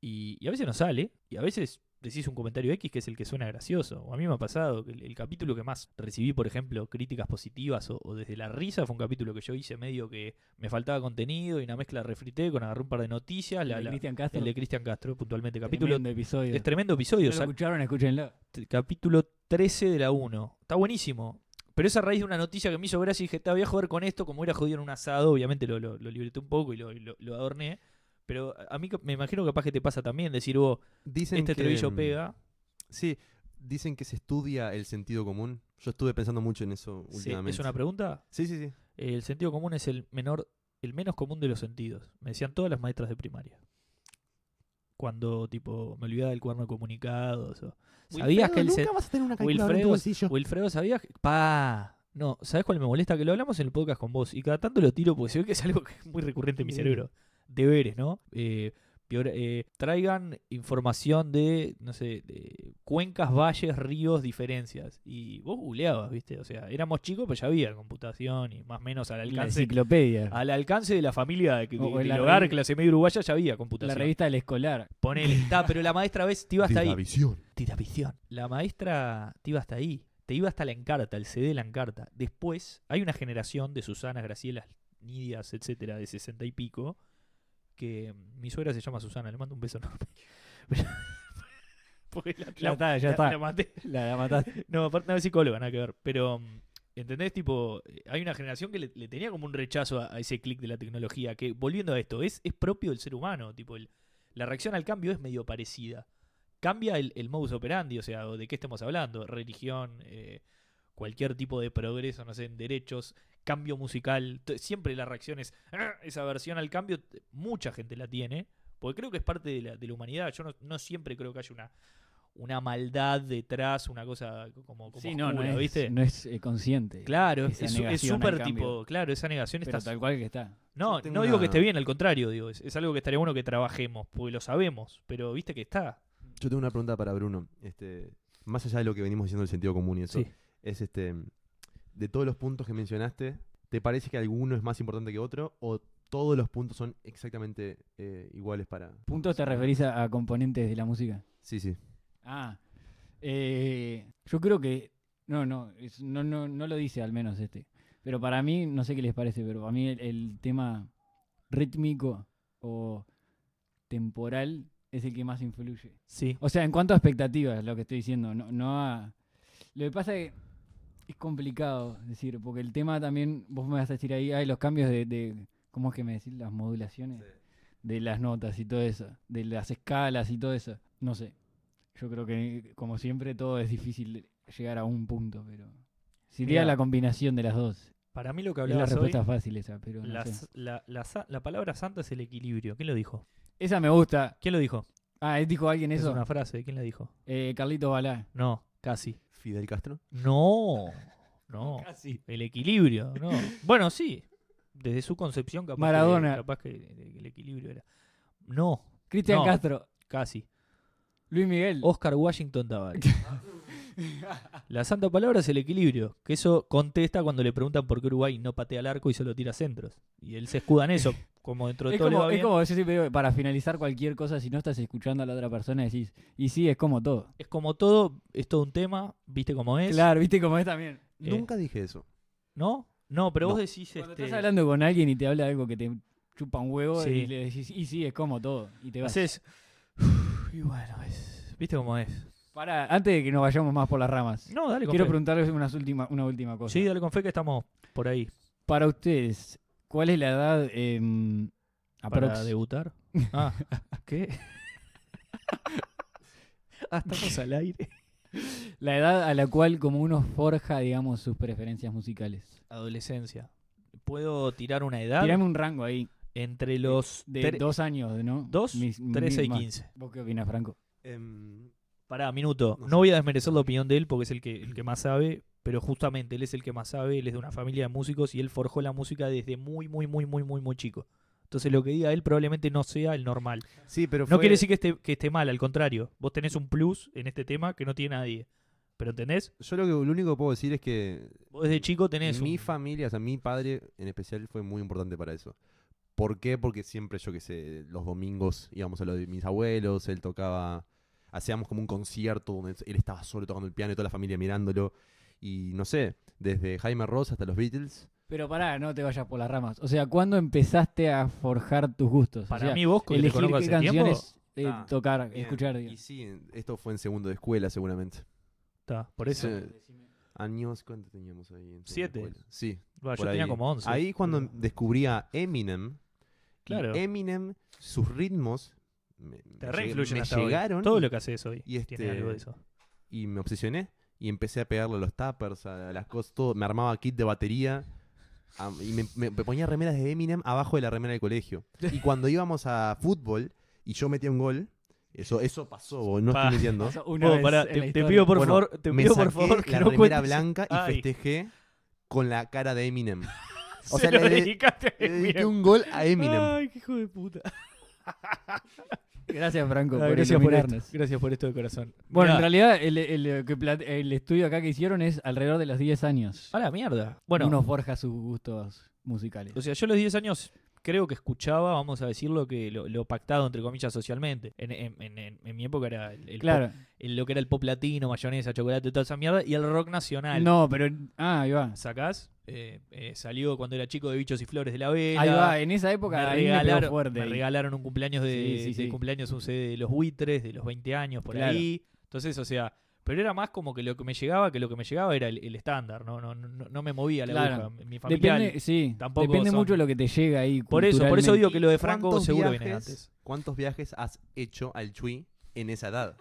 [SPEAKER 1] Y, y a veces no sale, y a veces decís un comentario X que es el que suena gracioso. O a mí me ha pasado, que el, el capítulo que más recibí, por ejemplo, críticas positivas o, o desde la risa fue un capítulo que yo hice medio que me faltaba contenido y una mezcla refrité con agarré un par de noticias, la-
[SPEAKER 3] El de
[SPEAKER 1] la-
[SPEAKER 3] Cristian Castro.
[SPEAKER 1] el de Cristian Castro, puntualmente. Capítulo...
[SPEAKER 3] tremendo episodio.
[SPEAKER 1] Es tremendo
[SPEAKER 3] Si
[SPEAKER 1] episodio,
[SPEAKER 3] no lo
[SPEAKER 1] sal-
[SPEAKER 3] escucharon, escúchenlo.
[SPEAKER 1] t- capítulo 13 de la 1. Está buenísimo. Pero es a raíz de una noticia que me hizo gracia y dije, "Ta, voy a joder con esto, como era jodido en un asado, obviamente lo, lo, lo libreté un poco y lo, y lo- lo adorné. Pero a mí ca- me imagino capaz que te pasa también decir, vos,
[SPEAKER 4] Dicen
[SPEAKER 1] este
[SPEAKER 4] que,
[SPEAKER 1] trevillo
[SPEAKER 4] mm,
[SPEAKER 1] pega.
[SPEAKER 4] Sí, dicen que se estudia el sentido común. Yo estuve pensando mucho en eso
[SPEAKER 1] Se-
[SPEAKER 4] últimamente.
[SPEAKER 1] ¿Es una pregunta?
[SPEAKER 4] Sí, sí, sí.
[SPEAKER 1] El sentido común es el menor, el menos común de los sentidos. Me decían todas las maestras de primaria. Cuando tipo me olvidaba del cuerno de comunicados. o- ¿Sabías que el sen-
[SPEAKER 4] vas a tener una
[SPEAKER 1] calculadora en tu Wilfredo- Wilfredo, ¿sabías? que- Pa. No, ¿sabes cuál me molesta? Que lo hablamos en el podcast con vos y cada tanto lo tiro porque se ve que es algo que es muy recurrente en mi
[SPEAKER 4] Sí.
[SPEAKER 1] cerebro. Deberes, ¿no? Eh, peor- eh, traigan información de, no sé, de cuencas, valles, ríos, diferencias. Y vos googleabas, ¿viste? O sea, éramos chicos, pero ya había computación y más o menos al
[SPEAKER 3] La
[SPEAKER 1] alcance. Ah,
[SPEAKER 3] enciclopedia.
[SPEAKER 1] Al alcance de la familia de- de-
[SPEAKER 3] O- o
[SPEAKER 1] del
[SPEAKER 3] la
[SPEAKER 1] hogar,
[SPEAKER 3] revi-
[SPEAKER 1] clase media uruguaya, ya había
[SPEAKER 3] La
[SPEAKER 1] computación.
[SPEAKER 3] revista del escolar.
[SPEAKER 1] Ponele. Está, pero la maestra a veces te iba hasta ahí.
[SPEAKER 4] visión.
[SPEAKER 1] Tiravisión. La maestra te iba hasta ahí. Te iba hasta la encarta, el CD de la encarta. Después hay una generación de Susanas, Gracielas, Nidias, etcétera, de sesenta y pico, que mm, mi suegra se llama Susana, le mando un beso enorme. Porque la-
[SPEAKER 3] Ya
[SPEAKER 1] la-
[SPEAKER 3] está, ya
[SPEAKER 1] la-
[SPEAKER 3] está.
[SPEAKER 1] la maté.
[SPEAKER 3] La, la mataste.
[SPEAKER 1] No, aparte no es psicóloga, nada que ver. Pero, mm, ¿entendés? Tipo, eh, hay una generación que le, le tenía como un rechazo a, a ese clic de la tecnología. Que, volviendo a esto, es, es propio del ser humano. Tipo, el- la reacción al cambio es medio parecida. Cambia el, el modus operandi, o sea, o de qué estamos hablando. Religión, eh, cualquier tipo de progreso, no sé, en derechos, cambio musical. t- Siempre la reacción es. "Ah", Esa versión al cambio, t- mucha gente la tiene. Porque creo que es parte de la, de la humanidad. Yo no, no siempre creo que haya una, una maldad detrás, una cosa como, como
[SPEAKER 3] Sí, no, no
[SPEAKER 1] oscura,
[SPEAKER 3] es,
[SPEAKER 1] ¿viste?
[SPEAKER 3] no es eh, consciente.
[SPEAKER 1] claro, es-
[SPEAKER 3] esa
[SPEAKER 1] es su- es
[SPEAKER 3] negación al
[SPEAKER 1] súper
[SPEAKER 3] cambio.
[SPEAKER 1] tipo. Claro, esa negación
[SPEAKER 3] Pero
[SPEAKER 1] está.
[SPEAKER 3] tal cual que está.
[SPEAKER 1] No,
[SPEAKER 4] Yo tengo
[SPEAKER 1] no digo que
[SPEAKER 4] una-
[SPEAKER 1] esté bien, al contrario, digo. Es, es algo que estaría bueno que trabajemos, porque lo sabemos. Pero viste que está.
[SPEAKER 4] Yo tengo una pregunta para Bruno. Este, más allá de lo que venimos diciendo del sentido común y eso,
[SPEAKER 1] Sí.
[SPEAKER 4] es este de todos los puntos que mencionaste, ¿te parece que alguno es más importante que otro o todos los puntos son exactamente eh, iguales para
[SPEAKER 3] ¿Puntos te referís a, a componentes de la música?
[SPEAKER 4] Sí, sí.
[SPEAKER 3] Ah. eh, yo creo que. No, no, es- no, no, no lo dice al menos este. Pero para mí, no sé qué les parece, pero para mí el, el tema rítmico o temporal es el que más influye.
[SPEAKER 1] Sí.
[SPEAKER 3] O sea, en cuanto a expectativas, lo que estoy diciendo, no, no a... Lo que pasa es que es complicado decir, porque el tema también, vos me vas a decir ahí, hay los cambios de, de- ¿cómo es que me decís? Las modulaciones de las notas y todo eso, de las escalas y todo eso. No sé. Yo creo que, como siempre, todo es difícil llegar a un punto, pero... Sería
[SPEAKER 1] Mirá.
[SPEAKER 3] la combinación de las dos.
[SPEAKER 1] Para mí lo que
[SPEAKER 3] Es la
[SPEAKER 1] hablabas hoy,
[SPEAKER 3] respuesta fácil esa, pero no
[SPEAKER 1] la,
[SPEAKER 3] sé.
[SPEAKER 1] s- la- la sa- la palabra santa es el equilibrio. ¿Quién lo dijo?
[SPEAKER 3] Esa me gusta.
[SPEAKER 1] ¿Quién lo dijo?
[SPEAKER 3] Ah, dijo alguien
[SPEAKER 1] Es
[SPEAKER 3] eso.
[SPEAKER 1] una frase. ¿Quién la dijo?
[SPEAKER 3] Eh, Carlito Balá.
[SPEAKER 1] No, casi.
[SPEAKER 4] Fidel Castro.
[SPEAKER 1] No, no. El equilibrio, no. Bueno, sí. Desde su concepción, capaz. que-
[SPEAKER 3] Maradona.
[SPEAKER 1] capaz que el equilibrio era. No,
[SPEAKER 3] Cristian
[SPEAKER 1] No.
[SPEAKER 3] Castro.
[SPEAKER 1] casi.
[SPEAKER 3] Luis Miguel.
[SPEAKER 1] Oscar Washington Tavares. La santa palabra es el equilibrio, que eso contesta cuando le preguntan por qué Uruguay no patea al arco y solo tira centros. Y él se escuda en eso, como dentro de
[SPEAKER 3] Es
[SPEAKER 1] todo le
[SPEAKER 3] como,
[SPEAKER 1] va
[SPEAKER 3] es
[SPEAKER 1] bien.
[SPEAKER 3] como yo siempre digo, para finalizar cualquier cosa, si no estás escuchando a la otra persona, decís, y sí, es como todo.
[SPEAKER 1] Es como todo, es todo un tema, viste cómo es.
[SPEAKER 3] Claro, viste como es también.
[SPEAKER 1] Eh,
[SPEAKER 4] Nunca dije eso.
[SPEAKER 1] ¿No? No, pero vos
[SPEAKER 4] No.
[SPEAKER 1] decís
[SPEAKER 3] Cuando
[SPEAKER 1] este,
[SPEAKER 3] estás hablando con alguien y te habla algo que te chupa un huevo
[SPEAKER 1] Sí.
[SPEAKER 3] y le decís, y sí, es como todo. Y te vas.
[SPEAKER 1] haces- y bueno, es- ¿viste cómo es?
[SPEAKER 3] Para, antes de que nos vayamos más por las ramas,
[SPEAKER 1] No, dale con
[SPEAKER 3] quiero
[SPEAKER 1] fe.
[SPEAKER 3] preguntarles unas última, una última cosa.
[SPEAKER 1] Sí, dale con fe que estamos por ahí
[SPEAKER 3] Para ustedes, ¿cuál es la edad em,
[SPEAKER 1] para
[SPEAKER 3] aprox-
[SPEAKER 1] debutar. Ah, ¿qué? ah, estamos al aire.
[SPEAKER 3] la edad a la cual como uno forja, digamos, sus preferencias musicales?
[SPEAKER 1] Adolescencia. ¿Puedo tirar una edad?
[SPEAKER 3] Tirame un rango ahí,
[SPEAKER 1] Entre los
[SPEAKER 3] de
[SPEAKER 1] tre-
[SPEAKER 3] dos años, ¿no?
[SPEAKER 1] dos,
[SPEAKER 3] Mis-
[SPEAKER 1] 13 y
[SPEAKER 3] más.
[SPEAKER 1] 15.
[SPEAKER 3] ¿Vos qué opinas, Franco?
[SPEAKER 4] Em,
[SPEAKER 1] Pará, minuto.
[SPEAKER 4] No
[SPEAKER 1] No,
[SPEAKER 4] sé.
[SPEAKER 1] voy a desmerecer la opinión de él porque es el que, el que más sabe, pero justamente él es el que más sabe, él es de una familia de músicos y él forjó la música desde muy, muy, muy, muy, muy, muy chico. Entonces lo que diga él probablemente no sea el normal.
[SPEAKER 4] Sí, pero
[SPEAKER 1] No
[SPEAKER 4] fue-
[SPEAKER 1] quiere decir que esté, que esté mal, al contrario. Vos tenés un plus en este tema que no tiene nadie. ¿Pero entendés?
[SPEAKER 4] Yo lo, que, lo único que puedo decir es que
[SPEAKER 1] Vos desde chico tenés
[SPEAKER 4] mi
[SPEAKER 1] un-
[SPEAKER 4] familia, o sea, mi padre en especial fue muy importante para eso. ¿Por qué? Porque siempre, yo que sé, los domingos íbamos a lo de mis abuelos, él tocaba, hacíamos como un concierto donde él estaba solo tocando el piano y toda la familia mirándolo. Y no sé, desde Jaime Ross hasta los Beatles.
[SPEAKER 3] Pero pará, no te vayas por las ramas. O sea, ¿cuándo empezaste a forjar tus gustos? O
[SPEAKER 1] Para
[SPEAKER 3] sea,
[SPEAKER 1] mí vos, que te
[SPEAKER 3] elegir
[SPEAKER 1] conozco
[SPEAKER 3] qué
[SPEAKER 1] hace tiempo...
[SPEAKER 3] canciones eh,
[SPEAKER 4] Ah,
[SPEAKER 3] tocar,
[SPEAKER 4] Bien,
[SPEAKER 3] escuchar.
[SPEAKER 4] Y
[SPEAKER 3] digamos.
[SPEAKER 4] sí, esto fue en segundo de escuela seguramente.
[SPEAKER 1] Está, por eso.
[SPEAKER 4] Sí. Años, ¿cuánto teníamos ahí? en segundo de
[SPEAKER 1] Siete.
[SPEAKER 4] escuela? Sí,
[SPEAKER 1] Va, yo
[SPEAKER 4] por
[SPEAKER 1] tenía
[SPEAKER 4] ahí.
[SPEAKER 1] como 11.
[SPEAKER 4] Ahí cuando
[SPEAKER 1] pero-
[SPEAKER 4] descubría Eminem, y
[SPEAKER 1] Claro.
[SPEAKER 4] Eminem, sus ritmos me, me
[SPEAKER 1] Te
[SPEAKER 4] llegué-
[SPEAKER 1] reinfluyen
[SPEAKER 4] me
[SPEAKER 1] hasta hoy.
[SPEAKER 4] llegaron
[SPEAKER 1] Todo
[SPEAKER 4] y,
[SPEAKER 1] lo que haces hoy
[SPEAKER 4] y
[SPEAKER 1] tiene algo de
[SPEAKER 4] este-
[SPEAKER 1] eso.
[SPEAKER 4] y me obsesioné y empecé a pegarle a los tappers, a las cosas, todo. Me armaba kit de batería am- y me, me- me ponía remeras de Eminem abajo de la remera del colegio. Y cuando íbamos a fútbol y yo metía un gol, eso, eso pasó, vos, no
[SPEAKER 1] Pa.
[SPEAKER 4] estoy mintiendo.
[SPEAKER 3] Pasó una
[SPEAKER 1] Vos,
[SPEAKER 3] vez
[SPEAKER 1] pará,
[SPEAKER 3] en la
[SPEAKER 1] te, te
[SPEAKER 3] historia.
[SPEAKER 1] pido por
[SPEAKER 4] Bueno,
[SPEAKER 1] favor, te
[SPEAKER 4] me
[SPEAKER 1] pido por
[SPEAKER 4] saqué
[SPEAKER 1] favor que
[SPEAKER 4] la
[SPEAKER 1] no
[SPEAKER 4] remera
[SPEAKER 1] cuentes.
[SPEAKER 4] blanca y
[SPEAKER 1] Ay.
[SPEAKER 4] festejé con la cara de Eminem. O
[SPEAKER 1] Se
[SPEAKER 4] sea,
[SPEAKER 1] lo
[SPEAKER 4] le, de-
[SPEAKER 1] dedicaste a
[SPEAKER 4] le dediqué
[SPEAKER 1] Eminem.
[SPEAKER 4] un gol a Eminem.
[SPEAKER 1] Ay, qué hijo de puta.
[SPEAKER 3] Gracias, Franco,
[SPEAKER 1] Ah,
[SPEAKER 3] por
[SPEAKER 1] gracias, por esto,
[SPEAKER 3] iluminarnos.
[SPEAKER 1] gracias por esto de corazón.
[SPEAKER 3] Bueno, en
[SPEAKER 1] Mirá,
[SPEAKER 3] realidad el, el que plate- el estudio acá que hicieron es alrededor de los 10 años.
[SPEAKER 1] a la mierda. Ah, Bueno, Pues,
[SPEAKER 3] Uno forja sus gustos musicales.
[SPEAKER 1] O sea, yo a los 10 años creo que escuchaba, vamos a decirlo, que lo, lo pactado entre comillas socialmente. En, en- en- en- en mi época era el, el
[SPEAKER 3] claro.
[SPEAKER 1] pop- el- lo que era el pop latino, mayonesa, chocolate, toda esa mierda, y el rock nacional.
[SPEAKER 3] No, pero. Ah, ahí va.
[SPEAKER 1] ¿Sacás? Eh, eh, salió cuando era chico de Bichos y Flores de la Vela.
[SPEAKER 3] Ahí va, en esa
[SPEAKER 1] Me
[SPEAKER 3] época ahí me pegó
[SPEAKER 1] regalaron,
[SPEAKER 3] fuerte.
[SPEAKER 1] me
[SPEAKER 3] ahí.
[SPEAKER 1] regalaron un cumpleaños de,
[SPEAKER 3] Sí, sí,
[SPEAKER 1] de
[SPEAKER 3] sí.
[SPEAKER 1] cumpleaños un CD de los buitres, de los 20 años, por
[SPEAKER 3] Claro.
[SPEAKER 1] ahí. Entonces, o sea, pero era más como que lo que me llegaba, que lo que me llegaba era el el estándar, ¿no? No, no, no me movía la
[SPEAKER 3] Claro.
[SPEAKER 1] aguja. Mi familia
[SPEAKER 3] Depende, sí,
[SPEAKER 1] tampoco
[SPEAKER 3] depende
[SPEAKER 1] son-
[SPEAKER 3] mucho de lo que te llega ahí.
[SPEAKER 1] Por eso, por eso
[SPEAKER 3] culturalmente.
[SPEAKER 1] digo que lo de Franco
[SPEAKER 4] ¿Cuántos
[SPEAKER 1] seguro viene
[SPEAKER 4] viajes-
[SPEAKER 1] antes.
[SPEAKER 4] ¿Cuántos viajes has hecho al Chui en esa edad?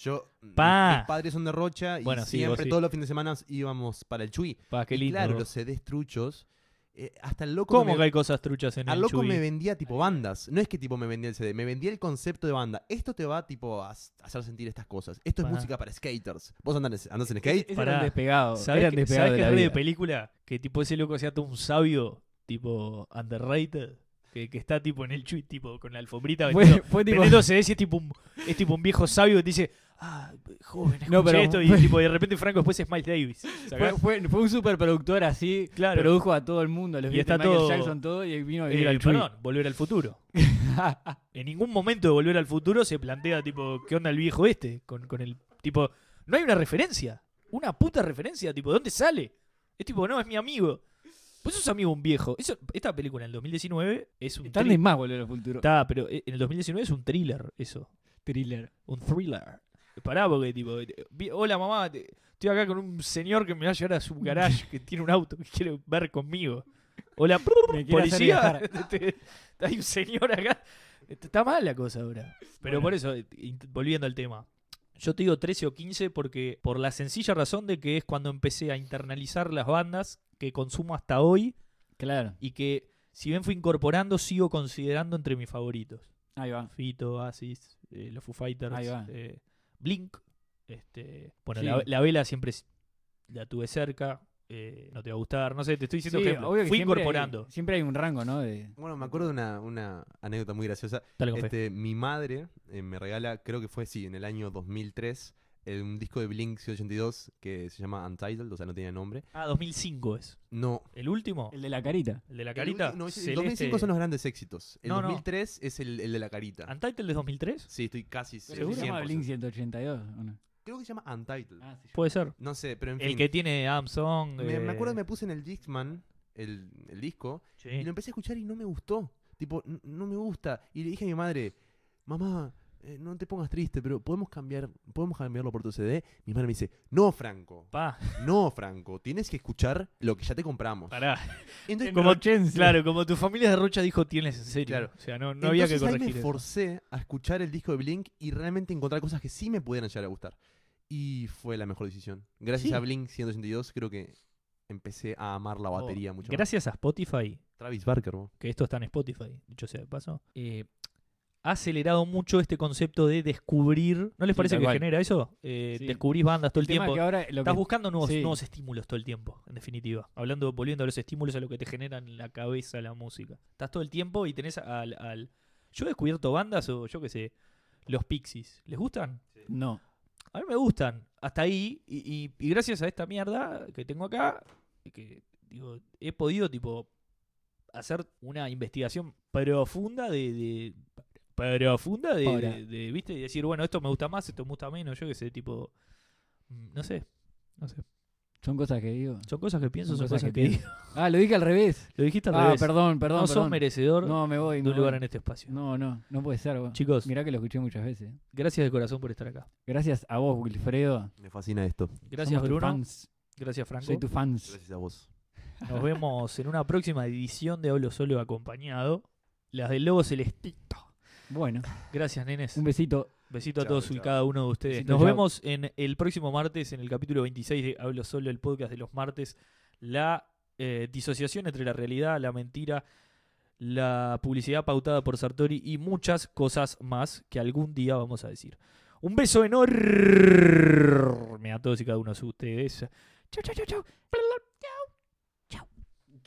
[SPEAKER 4] Yo, mm,
[SPEAKER 1] Pa.
[SPEAKER 4] mis padres son de Rocha y
[SPEAKER 1] Bueno, sí, vos
[SPEAKER 4] siempre,
[SPEAKER 1] sí.
[SPEAKER 4] todos los fines de semana íbamos para el Chui.
[SPEAKER 1] Pa, qué
[SPEAKER 4] Y
[SPEAKER 1] lindo.
[SPEAKER 4] claro, los CDs truchos, eh, hasta el loco,
[SPEAKER 1] ¿Cómo que
[SPEAKER 4] me,
[SPEAKER 1] hay cosas truchas en
[SPEAKER 4] al
[SPEAKER 1] el
[SPEAKER 4] loco
[SPEAKER 1] Chuy?
[SPEAKER 4] me vendía tipo bandas. No es que tipo me vendía el CD, me vendía el concepto de banda. Esto te va tipo a s- hacer sentir estas cosas. Esto
[SPEAKER 1] Pa. Eh,
[SPEAKER 4] es música para skaters. ¿Vos andás, en- andás en skate?
[SPEAKER 3] Ese
[SPEAKER 1] Pará.
[SPEAKER 3] era un despegado.
[SPEAKER 1] ¿Sabés
[SPEAKER 3] eran
[SPEAKER 1] que,
[SPEAKER 3] despegados
[SPEAKER 1] ¿sabés
[SPEAKER 3] de
[SPEAKER 1] que
[SPEAKER 3] la
[SPEAKER 1] es re de
[SPEAKER 3] vida.
[SPEAKER 1] película? Que tipo ese loco sea todo un sabio, tipo underrated, que, que está tipo en el Chuy, tipo con la alfombrita
[SPEAKER 3] Fue,
[SPEAKER 1] vendiendo,
[SPEAKER 3] fue tipo.
[SPEAKER 1] vendiendo CDs y es tipo, un, es tipo un viejo sabio que te dice, ah, joven, escuché
[SPEAKER 3] No, pero-
[SPEAKER 1] esto y tipo, de repente Franco después es Miles Davis. ¿sacás?
[SPEAKER 3] Fue, fue- fue un superproductor así,
[SPEAKER 1] Claro.
[SPEAKER 3] produjo a todo el mundo, los
[SPEAKER 1] Y
[SPEAKER 3] Beatles,
[SPEAKER 1] está
[SPEAKER 3] Michael
[SPEAKER 1] todo-
[SPEAKER 3] Jackson, todo, y vino a
[SPEAKER 1] Eh,
[SPEAKER 3] vivir al Chuy.
[SPEAKER 1] perdón, volver al futuro. en ningún momento de volver al futuro se plantea, tipo, ¿qué onda el viejo este? Con, con el tipo, no hay una referencia. Una puta referencia, tipo, ¿dónde sale? Es tipo, no, es mi amigo. Pues sos amigo de un viejo. Eso, esta película en el 2019 es un
[SPEAKER 3] Están
[SPEAKER 1] thri-
[SPEAKER 3] de más volver al futuro.
[SPEAKER 1] Está, pero eh, en el 2019 es un thriller, eso.
[SPEAKER 3] Thriller.
[SPEAKER 1] Un thriller. Pará, porque tipo, eh, vi- hola mamá, te- estoy acá con un señor que me va a llevar a su garage, que tiene un auto que quiere ver conmigo. Hola,
[SPEAKER 3] Me quiere hacer
[SPEAKER 1] policía. Te- te- Hay un señor acá. Est- Está mal la cosa ahora. Pero
[SPEAKER 3] Bueno.
[SPEAKER 1] por eso, eh, int- volviendo al tema. Yo te digo 13 o 15 porque por la sencilla razón de que es cuando empecé a internalizar las bandas que consumo hasta hoy
[SPEAKER 3] Claro,
[SPEAKER 1] y que si bien fui incorporando sigo considerando entre mis favoritos.
[SPEAKER 3] ahí va.
[SPEAKER 1] Fito, Asis, eh, los Foo Fighters,
[SPEAKER 3] Ahí va.
[SPEAKER 1] eh, Blink. Este, bueno,
[SPEAKER 3] Sí.
[SPEAKER 1] la, la vela siempre s- la tuve cerca. eh, no te va a gustar, no sé, te estoy diciendo
[SPEAKER 3] Sí,
[SPEAKER 1] ejemplos.
[SPEAKER 3] obvio que
[SPEAKER 1] Fui
[SPEAKER 3] siempre
[SPEAKER 1] incorporando.
[SPEAKER 3] Hay, siempre hay un rango, ¿no? De,
[SPEAKER 4] Bueno, me acuerdo de una, una anécdota muy graciosa.
[SPEAKER 1] Dale con fe.
[SPEAKER 4] Este, mi madre eh, me regala, creo que fue, sí, en el año 2003, eh, un disco de Blink 182 que se llama Untitled, o sea, no tenía nombre.
[SPEAKER 1] Ah, 2005 es.
[SPEAKER 4] No.
[SPEAKER 1] ¿El último?
[SPEAKER 3] el de la carita.
[SPEAKER 1] ¿El de la
[SPEAKER 4] El
[SPEAKER 1] carita?
[SPEAKER 4] ulti- no, es- el
[SPEAKER 1] Celeste.
[SPEAKER 4] 2005 son los grandes éxitos. El
[SPEAKER 1] No, no.
[SPEAKER 4] 2003 es el, el de la carita.
[SPEAKER 1] ¿Untitled es 2003?
[SPEAKER 4] Sí, estoy casi
[SPEAKER 3] Pero se llama
[SPEAKER 4] 100%.
[SPEAKER 3] Blink 182, ¿o no?
[SPEAKER 4] Creo que se llama Untitled.
[SPEAKER 3] Ah, sí.
[SPEAKER 1] Puede ser.
[SPEAKER 4] No sé, pero en
[SPEAKER 1] El
[SPEAKER 4] fin.
[SPEAKER 1] que tiene eh, Armstrong.
[SPEAKER 4] me, me acuerdo que me puse en el Discman, el, el disco, y lo empecé a escuchar y no me gustó. Tipo, n- no me gusta. Y le dije a mi madre, mamá, eh, no te pongas triste, pero podemos cambiar, podemos cambiarlo por tu CD. Mi madre me dice, no, Franco,
[SPEAKER 1] Pa,
[SPEAKER 4] no, Franco, tienes que escuchar lo que ya te compramos.
[SPEAKER 1] pará.
[SPEAKER 4] Entonces,
[SPEAKER 1] Como, claro, como tu familia de Rocha dijo, tienes en serio.
[SPEAKER 4] Claro.
[SPEAKER 1] O sea, no, no había que
[SPEAKER 4] Entonces ahí
[SPEAKER 1] corregir.
[SPEAKER 4] me
[SPEAKER 1] eso.
[SPEAKER 4] forcé a escuchar el disco de Blink y realmente encontrar cosas que sí me pudieran llegar a gustar. Y fue la mejor decisión. Gracias
[SPEAKER 1] Sí.
[SPEAKER 4] a Blink 182 creo que empecé a amar la
[SPEAKER 1] Oh,
[SPEAKER 4] batería mucho más.
[SPEAKER 1] Gracias a Spotify,
[SPEAKER 4] Travis Barker, ¿no?
[SPEAKER 1] que esto está en Spotify, dicho sea de paso, eh, ha acelerado mucho este concepto de descubrir. ¿No les
[SPEAKER 3] Sí,
[SPEAKER 1] parece
[SPEAKER 3] tal
[SPEAKER 1] que
[SPEAKER 3] cual.
[SPEAKER 1] genera eso? Eh,
[SPEAKER 3] Sí.
[SPEAKER 1] Descubrís bandas todo el,
[SPEAKER 3] tema es
[SPEAKER 1] tiempo.
[SPEAKER 3] que ahora lo que-
[SPEAKER 1] Estás buscando nuevos,
[SPEAKER 3] sí.
[SPEAKER 1] nuevos estímulos todo el tiempo, en definitiva. Hablando, volviendo a los estímulos, a lo que te generan en la cabeza la música. Estás todo el tiempo y tenés al. al- Yo he descubierto bandas o yo qué sé, los Pixies. ¿Les gustan?
[SPEAKER 3] no.
[SPEAKER 1] A mí me gustan. Hasta ahí. Y, y- y gracias a esta mierda que tengo acá, que digo, he podido tipo hacer una investigación profunda de. de- profunda de,
[SPEAKER 3] Ahora.
[SPEAKER 1] de- de, ¿Viste? Y decir, bueno, esto me gusta más, esto me gusta menos. Yo qué sé, tipo. mm, No sé. No sé.
[SPEAKER 3] Son cosas que digo.
[SPEAKER 1] Son cosas que pienso,
[SPEAKER 3] Son
[SPEAKER 1] son
[SPEAKER 3] cosas
[SPEAKER 1] cosas,
[SPEAKER 3] que
[SPEAKER 1] que, digo.
[SPEAKER 3] Ah, lo dije al revés.
[SPEAKER 1] Lo dijiste al
[SPEAKER 3] Ah,
[SPEAKER 1] revés.
[SPEAKER 3] perdón, perdón.
[SPEAKER 1] no sos
[SPEAKER 3] perdón.
[SPEAKER 1] merecedor
[SPEAKER 3] No, me voy.
[SPEAKER 1] de
[SPEAKER 3] me
[SPEAKER 1] un lugar
[SPEAKER 3] voy.
[SPEAKER 1] en este espacio.
[SPEAKER 3] No, no, no puede ser. vos.
[SPEAKER 1] Chicos,
[SPEAKER 3] Mirá que lo escuché muchas veces.
[SPEAKER 1] gracias de corazón por estar acá.
[SPEAKER 3] Gracias a vos, Wilfredo.
[SPEAKER 4] Me fascina esto.
[SPEAKER 1] Gracias,
[SPEAKER 3] Somos tus
[SPEAKER 1] Bruno.
[SPEAKER 3] fans.
[SPEAKER 1] Gracias, Franco.
[SPEAKER 3] Soy tu fans.
[SPEAKER 4] Gracias a vos.
[SPEAKER 1] Nos vemos en una próxima edición de Hablo Solo Acompañado. Las del Lobo Celestito.
[SPEAKER 3] Bueno,
[SPEAKER 1] Gracias, nenes.
[SPEAKER 3] un besito.
[SPEAKER 1] Besito a
[SPEAKER 4] Chao,
[SPEAKER 1] todos y
[SPEAKER 4] chao.
[SPEAKER 1] cada uno de ustedes.
[SPEAKER 3] Besito,
[SPEAKER 1] Nos
[SPEAKER 3] chao.
[SPEAKER 1] vemos en el próximo martes, en el capítulo 26 de Hablo Solo, el podcast de los martes. La eh, disociación entre la realidad, la mentira, la publicidad pautada por Sartori y muchas cosas más que algún día vamos a decir. Un beso enorme a todos y cada uno de ustedes. Chau, chau, chau, chau.